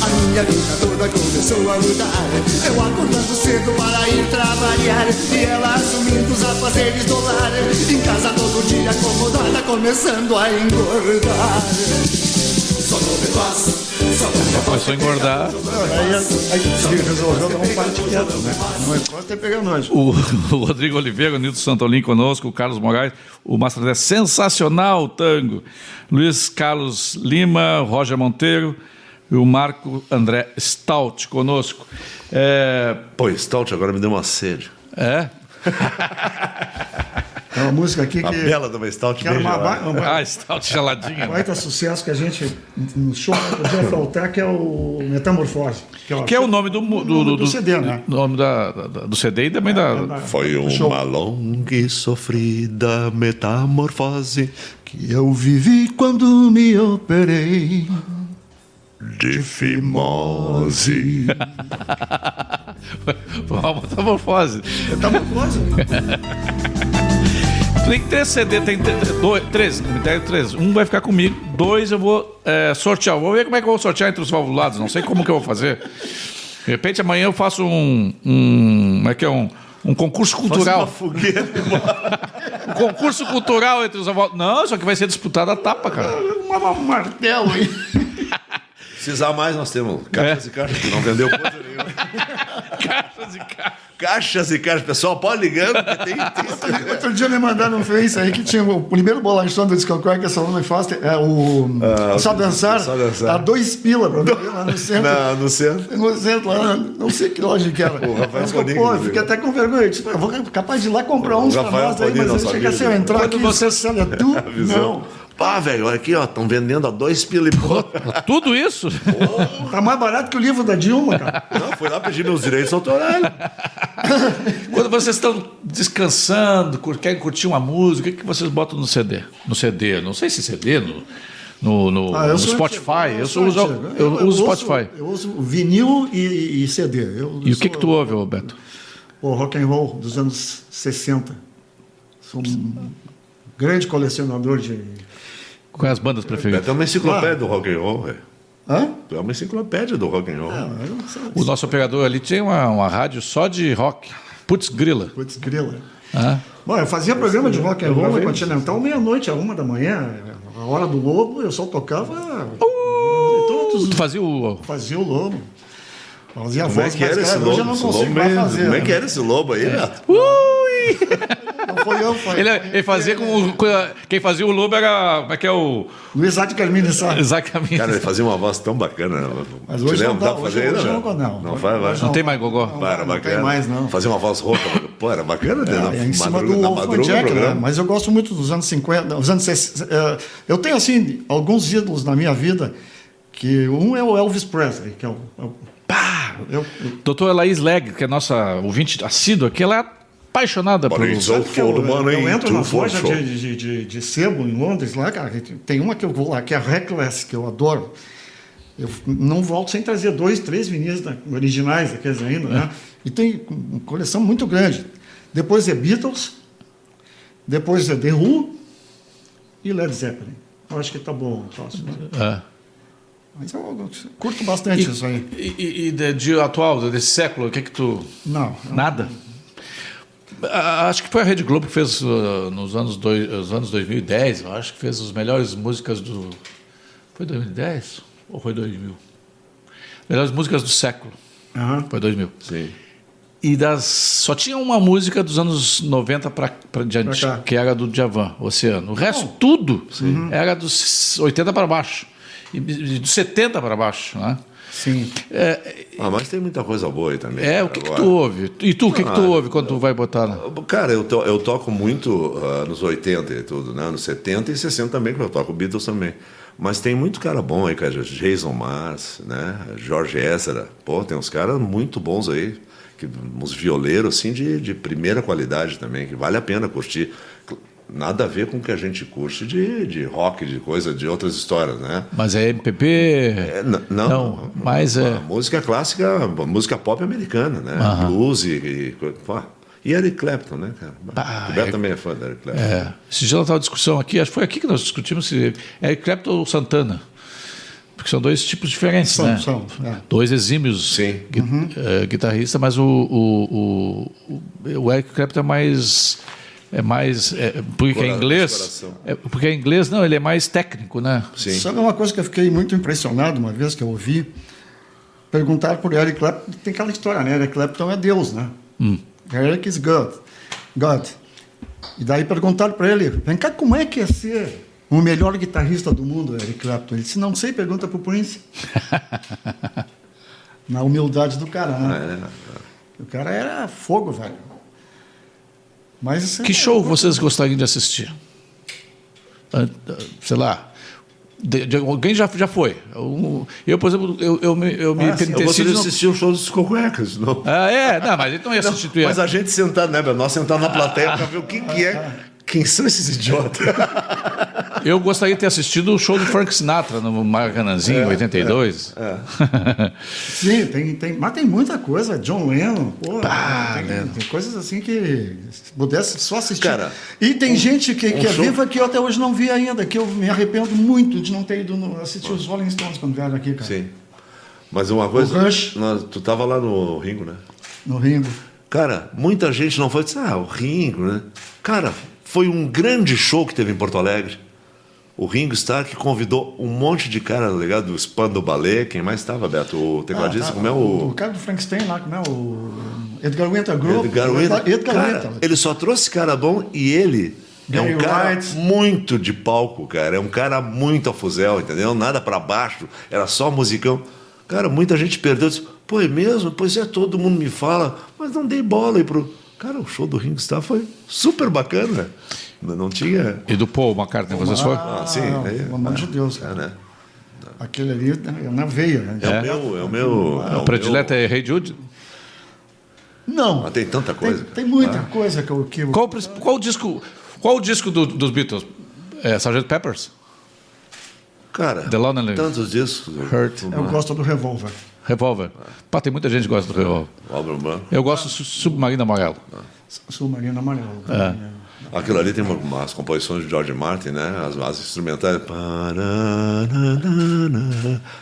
A minha vida toda começou a mudar. Eu acordando cedo para ir trabalhar. E ela assumindo os afazeres do lar. Em casa todo dia acomodada, começando a engordar. Só não me faz, só não me
Começou a engordar.
Aí a gente resolveu dar um bate quieto, né? Não encosta e pega nós.
O, o Rodrigo Oliveira, o Nilton Santolim conosco, o Carlos Moraes, o Mastradé, sensacional o tango. Luiz Carlos Lima, Roger Monteiro e o Marco André Stout conosco. É.
Pô, Stout agora me deu uma sede.
é?
É uma música aqui
A
que,
bela de uma Stout
que era
bem
uma,
gelada.
ba- uma
Ah, Stout geladinha. né?
baita sucesso que a gente, um show que não podia faltar, que é o Metamorfose. é o-
Que é o nome do, mu- do, do,
do CD, né?
Nome da, da- do CD e também É, da.
Foi uma
show.
longa e sofrida metamorfose que eu vivi quando me operei de fimose.
Foi uma metamorfose.
Metamorfose?
Tem três CD, tem tre- tre- dois, três, me deram três. Um vai ficar comigo, dois eu vou é, sortear. Vou ver como é que eu vou sortear entre os valvulados, não sei como que eu vou fazer. De repente amanhã eu faço um. um como é que é? Um, um concurso
é
cultural. Um concurso cultural entre os valvulados. Não, só que vai ser disputado a tapa, cara.
Uma- um martelo aí.
Precisar mais, nós temos caixas
É.
e caixas, que não vendeu coisa nenhuma.
Caixas e caixas.
Caixas e caixas, pessoal, pode ligando, que tem, tem
Outro dia me mandaram um Face aí que tinha o primeiro bolachão do Disco Quack, que essa nome faz, é o Só Dançar,
Ah, Só Dançar.
a dois pila pra vender lá no centro.
na, no centro.
No centro lá, não sei que loja que era.
O Rafael
Eu falei,
Sconini,
Pô, eu
inclusive.
fiquei até com vergonha. Eu disse, eu vou capaz de ir lá comprar
O
uns pra
Rafael
nós aí,
Sconini,
mas
nosso
eu chega
amigo. né?"
assim, eu entrar
Quando
aqui, é
você-
olha tu, não.
Pá, velho, olha aqui, ó, estão vendendo a dois pila e pô.
Tudo isso?
Tá mais barato que o livro da Dilma, cara.
Não, fui lá pedir meus direitos autorais.
Quando vocês estão descansando, cur- querem curtir uma música, o que que vocês botam no CD? No CD, não sei se CD, no, no, no-
Ah, eu
no
sou
Spotify.
antigo,
Eu, sou uso,
antigo.
eu, uso
ouço-
Spotify.
Eu uso vinil e, e CD. Eu
E o
sou
que, que tu ouve, Roberto?
O rock and roll dos anos 60. Sou um grande colecionador de...
Quais as bandas preferidas?
É uma enciclopédia do rock and roll, velho.
Hã?
Tu é uma enciclopédia do rock and roll.
Ah, eu não sei.
O nosso operador ali tinha uma, uma rádio só de rock. Putz, grila.
Putz, grila.
Ah,
Bom, eu fazia programa de rock and roll na Continental meia-noite, a uma da manhã, a hora do lobo, eu só tocava.
Uh!
Todos
tu fazia o.
fazia o lobo. Fazia a
Como é
voz,
que era
mas
esse
cara,
lobo?
hoje eu não
Esse lobo
consigo mais
meio-
fazer.
Como é que é?
né?
era esse lobo aí, Beto?
Ui!
Não foi eu, foi.
Ele, é- ele fazia com. o- com a- Quem fazia o lobo era. Como é que é o.
Luiz Adi Carmine sabe.
Exatamente.
Cara, ele fazia uma voz tão bacana. né?
Mas
Te
hoje não
lembra?
dá,
pra
hoje-
fazer
hoje
ainda,
não dá, né? não.
Não vai, vai.
Não tem mais gogó?
Pá, era
Não
bacana.
tem mais, não.
Fazer uma voz rouca. Pô, era bacana, né? Na
É, em cima
madruga-
do
na
Wolfman
madruga o
Jack, né?
programa.
mas eu gosto muito dos anos 50, dos anos 60. eh, Eu tenho, assim, alguns ídolos na minha vida, que um é o Elvis Presley, que é o... é o- pá! Eu, eu-
Doutora Laís Leg, que é nossa ouvinte assídua aqui, ela é apaixonada por.
Olha, isso é o
que eu,
foda, mano,
eu
hein?
entro na
True for
loja
show.
de, de, de, de sebo em Londres, lá, cara, tem uma que eu vou lá, que é a Reckless, que eu adoro. Eu não volto sem trazer dois, três vinis da- originais daqueles ainda, né? E tem uma coleção muito grande. Depois é Beatles, depois é The Who e Led Zeppelin. Eu acho que tá bom o próximo.
É.
Mas eu curto bastante isso aí.
E, e- e de, de atual, desse século, o que que tu.
Não,
Nada? Ah, Acho que foi a Rede Globo que fez, ah, nos anos, dois, os anos 2010, eu acho que fez as melhores músicas do. Foi 2010? Ou foi 2000? Melhores músicas do século.
Aham.
Foi 2000.
Sim.
E das, só tinha uma música dos anos 90 para diante,
Pra cá. Uhum.
que era do Djavan, Oceano. O resto, tudo, era dos 80 para baixo. E, e dos 70 para baixo. Né?
sim.
Ah, mas tem muita coisa boa aí também.
É, o
cara,
que, que
agora.
tu ouve? E tu, o que, que tu
Ah,
ouve quando tu vai botar? né?
Cara, eu, to- eu toco muito ah, nos 80 e tudo, né? Nos 70 e 60 também, que eu toco Beatles também. Mas tem muito cara bom aí, cara. Jason Mars, né? Jorge Ezra. Pô, tem uns caras muito bons aí. Que, uns violeiros, assim, de, de primeira qualidade também, que vale a pena curtir. Cl- nada a ver com o que a gente curte de, de rock, de coisa, de outras histórias, né?
Mas é MPP.
É, n- não,
Não, mas é-
a música clássica, a música pop americana, né? Blues e, e co- pô. E Eric Clapton, né, cara?
Ah,
o Beto
é-
também é fã da Eric Clapton.
É. Esse dia estava discussão aqui, acho que foi aqui que nós discutimos se é Clapton ou Santana. Porque são dois tipos diferentes,
São,
né?
são, é.
Dois exímios
Sim. Uhum.
gui- eh, guitarristas, mas o, o, o, o Eric Clapton é mais. É mais. é, porque é
Cora-
inglês.
coração.
é, porque é inglês, não, ele é mais técnico, né?
Sim.
Sabe uma coisa que eu fiquei muito impressionado uma vez que eu ouvi? Perguntaram por Eric Clapton. Tem aquela história, né? Eric Clapton é Deus, né?
Hum.
Eric is God. God. E daí perguntaram para ele, vem cá, como é que é ser o melhor guitarrista do mundo, Eric Clapton? Ele disse, não sei, pergunta pro Prince. Na humildade do cara, né?
É.
É.
O cara era fogo, velho. Mas assim,
Que show vocês gostariam de assistir? Ah, ah, Sei lá. de- de- alguém já, já foi. Um- Eu, por exemplo, eu, eu me, eu me
Ah, sim.
Eu gostaria
penitencio.
de
não-
assistir o show dos Cocuecas, não.
Ah, é? Não, mas ele não ia substituir. Ah,
Mas a gente sentado, né, meu? Nós sentado na plateia pra ver o que, que é. Quem são esses idiotas?
Eu gostaria de ter assistido o show do Frank Sinatra no Maracanãzinho, em 82.
Sim, tem, tem, mas tem muita coisa. John Lennon, pô, tem, tem coisas assim que se pudesse só assistir.
Cara, um,
e tem gente que, que é
show-
viva que eu até hoje não vi ainda, que eu me arrependo muito de não ter ido no- assistir os Rolling Stones quando vieram aqui, cara.
Sim. Mas uma coisa.
O Rush.
nós- tu tava lá no Ringo, né?
No Ringo.
Cara, muita gente não foi. Disse, ah, o Ringo, né? Cara, foi um grande show que teve em Porto Alegre. O Ringo Starr que convidou um monte de cara, ligado? Do Spam do Ballet, quem mais estava, Beto? O tecladista,
Ah, tá,
como é o.
cara do Frankenstein lá, como é o. Edgar Winter Group.
Edgar Winter.
Edgar
Cara,
Winter.
ele só trouxe cara bom e ele é
Gary
um cara
Wright.
muito de palco, cara. É um cara muito a fuzel, entendeu? Nada pra baixo, era só musicão. Cara, muita gente perdeu. Disse, Pô, é mesmo? Pois é, todo mundo me fala, mas não dei bola aí pro. Cara, o show do Ringo Starr foi super bacana. Não não tinha.
E do Paul McCartney, vocês foram?
Ah, sim.
não,
é,
pelo amor de Deus,
É,
cara.
né?
Aquele ali é na veia. Né?
É o meu. É o meu. é
O predileto é Rei Jude?
Não.
Ah, tem tanta coisa, Ah.
Tem, tem
cara.
muita coisa que eu. Que eu
Qual, o princip- qual o disco, qual o disco do- dos Beatles? É, Sgt. Peppers?
Cara,
The Lonely
tantos discos.
Hurt.
eu gosto do Revolver.
Revolver. Pá, tem muita gente que gosta do Revolver.
Obra humana.
Eu gosto do Su- Submarino Amarelo.
Submarino Amarelo.
É. Aquilo ali tem uma- umas composições de George Martin, né? As, as instrumentais.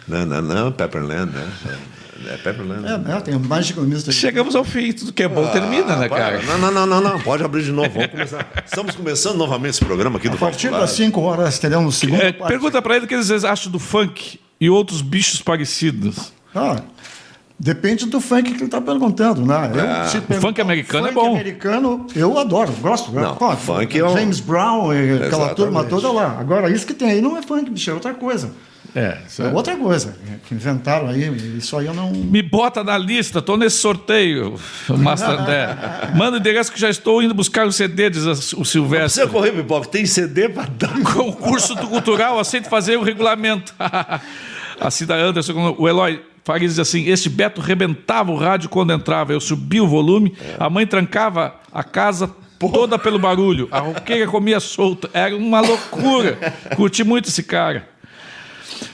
Paranaranana, Pepperland, né? É é Pepperland. né?
É, é, tem mais de economista.
Chegamos ao fim. Tudo que é bom termina, né,
Ah, para.
cara?
Não, não, não, não, não. Pode abrir de novo. Vamos começar. Estamos começando novamente esse programa aqui do
A partir
Popular.
das 5 horas teremos segunda
É,
parte.
pergunta pra ele o que eles acham do funk e outros bichos parecidos.
Ah, depende do funk que ele está perguntando, né? Eu, se perguntar
Ah, funk americano é bom.
Funk americano, eu adoro, gosto.
Não,
Pô,
funk é um-
James Brown, e aquela
Exatamente.
turma toda lá. Agora, isso que tem aí não é funk, bicho, é outra coisa.
É,
É outra coisa que inventaram aí, isso aí eu não...
Me bota na lista, tô nesse sorteio, Mastandé. Manda o endereço que já estou indo buscar o CD, diz a- o
Precisa
Silvestre.
correr, Pipoca. Tem CD pra dar.
Concurso do Cultural, aceito fazer o regulamento. a Cida Anderson, o Eloy Fares diz assim: Este Beto rebentava o rádio quando entrava, eu subia o volume, a mãe trancava a casa. Toda pelo barulho, a roqueira comia solta, era uma loucura. Curti muito esse cara.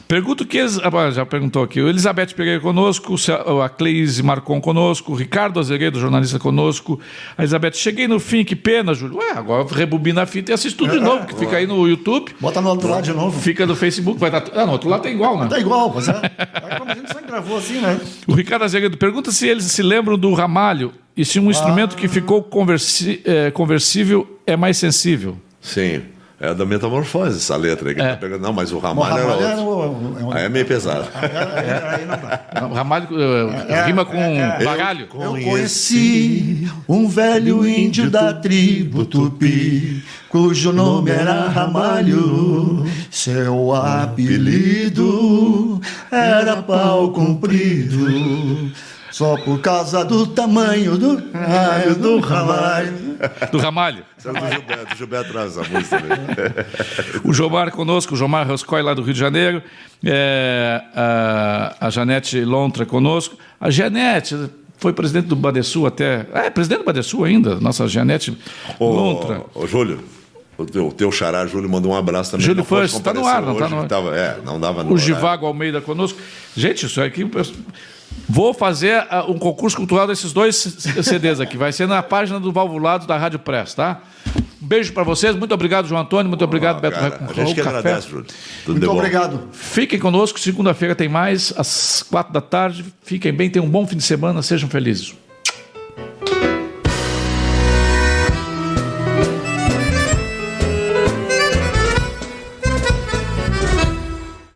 Pergunto que eles. ah, Já perguntou aqui. O Elizabeth Pereira conosco, o Ce- a Cleise Marcon conosco, o Ricardo Azeredo, jornalista conosco. A Elizabeth, cheguei no fim, que pena, Júlio. Ué, agora rebobina a fita e assiste tudo de novo, que fica aí no YouTube,
Bota no outro lado de novo.
fica no Facebook, vai estar. Ah, no outro lado tá igual, né?
Tá igual, mas é... é como a gente sempre gravou assim, né?
O Ricardo Azeredo pergunta se eles se lembram do ramalho e se um instrumento que ficou conversi- eh, conversível é mais sensível.
Sim. É da metamorfose essa letra aí que tá pegando. Não, mas o
O
Ramalho
Ramalho
era
era
outro.
o- é o-
Aí é meio pesado.
era- Aí não dá.
O Ramalho eh, rima com baralho.
Eu conheci um velho índio da tribo Tupi, cujo nome era Ramalho, seu apelido era pau comprido. Só por causa do tamanho do raio do ramalho.
Do ramalho.
Era do Gilberto, do Gilberto Traz essa música. né?
O Jomar conosco, o Jomar Roscoe lá do Rio de Janeiro, é, a, a Janete Lontra conosco. A Janete foi presidente do Badesul até. Ah, É, presidente do Badesul ainda, nossa Janete
Ô,
Lontra.
ô, Júlio, O teu, o teu xará, Júlio, mandou um abraço também.
Júlio
Não pôde
First, tá no
comparecer
ar, não tá
hoje,
no ar.
Tava, é, não dava no
O
horário.
Givago Almeida conosco. Gente, isso aqui. eu- Vou fazer ah, um concurso cultural desses dois c- CDs aqui. Vai ser na página do Valvulado da Rádio Press, tá? Um beijo pra vocês. Muito obrigado, João Antônio. Muito obrigado,
Ah,
Beto
cara,
Recon-
A gente que
Café.
agradece, Júlio. Tudo de
Muito
bom.
obrigado.
Fiquem conosco. Segunda-feira tem mais, às quatro da tarde. Fiquem bem. Tenham um bom fim de semana. Sejam felizes.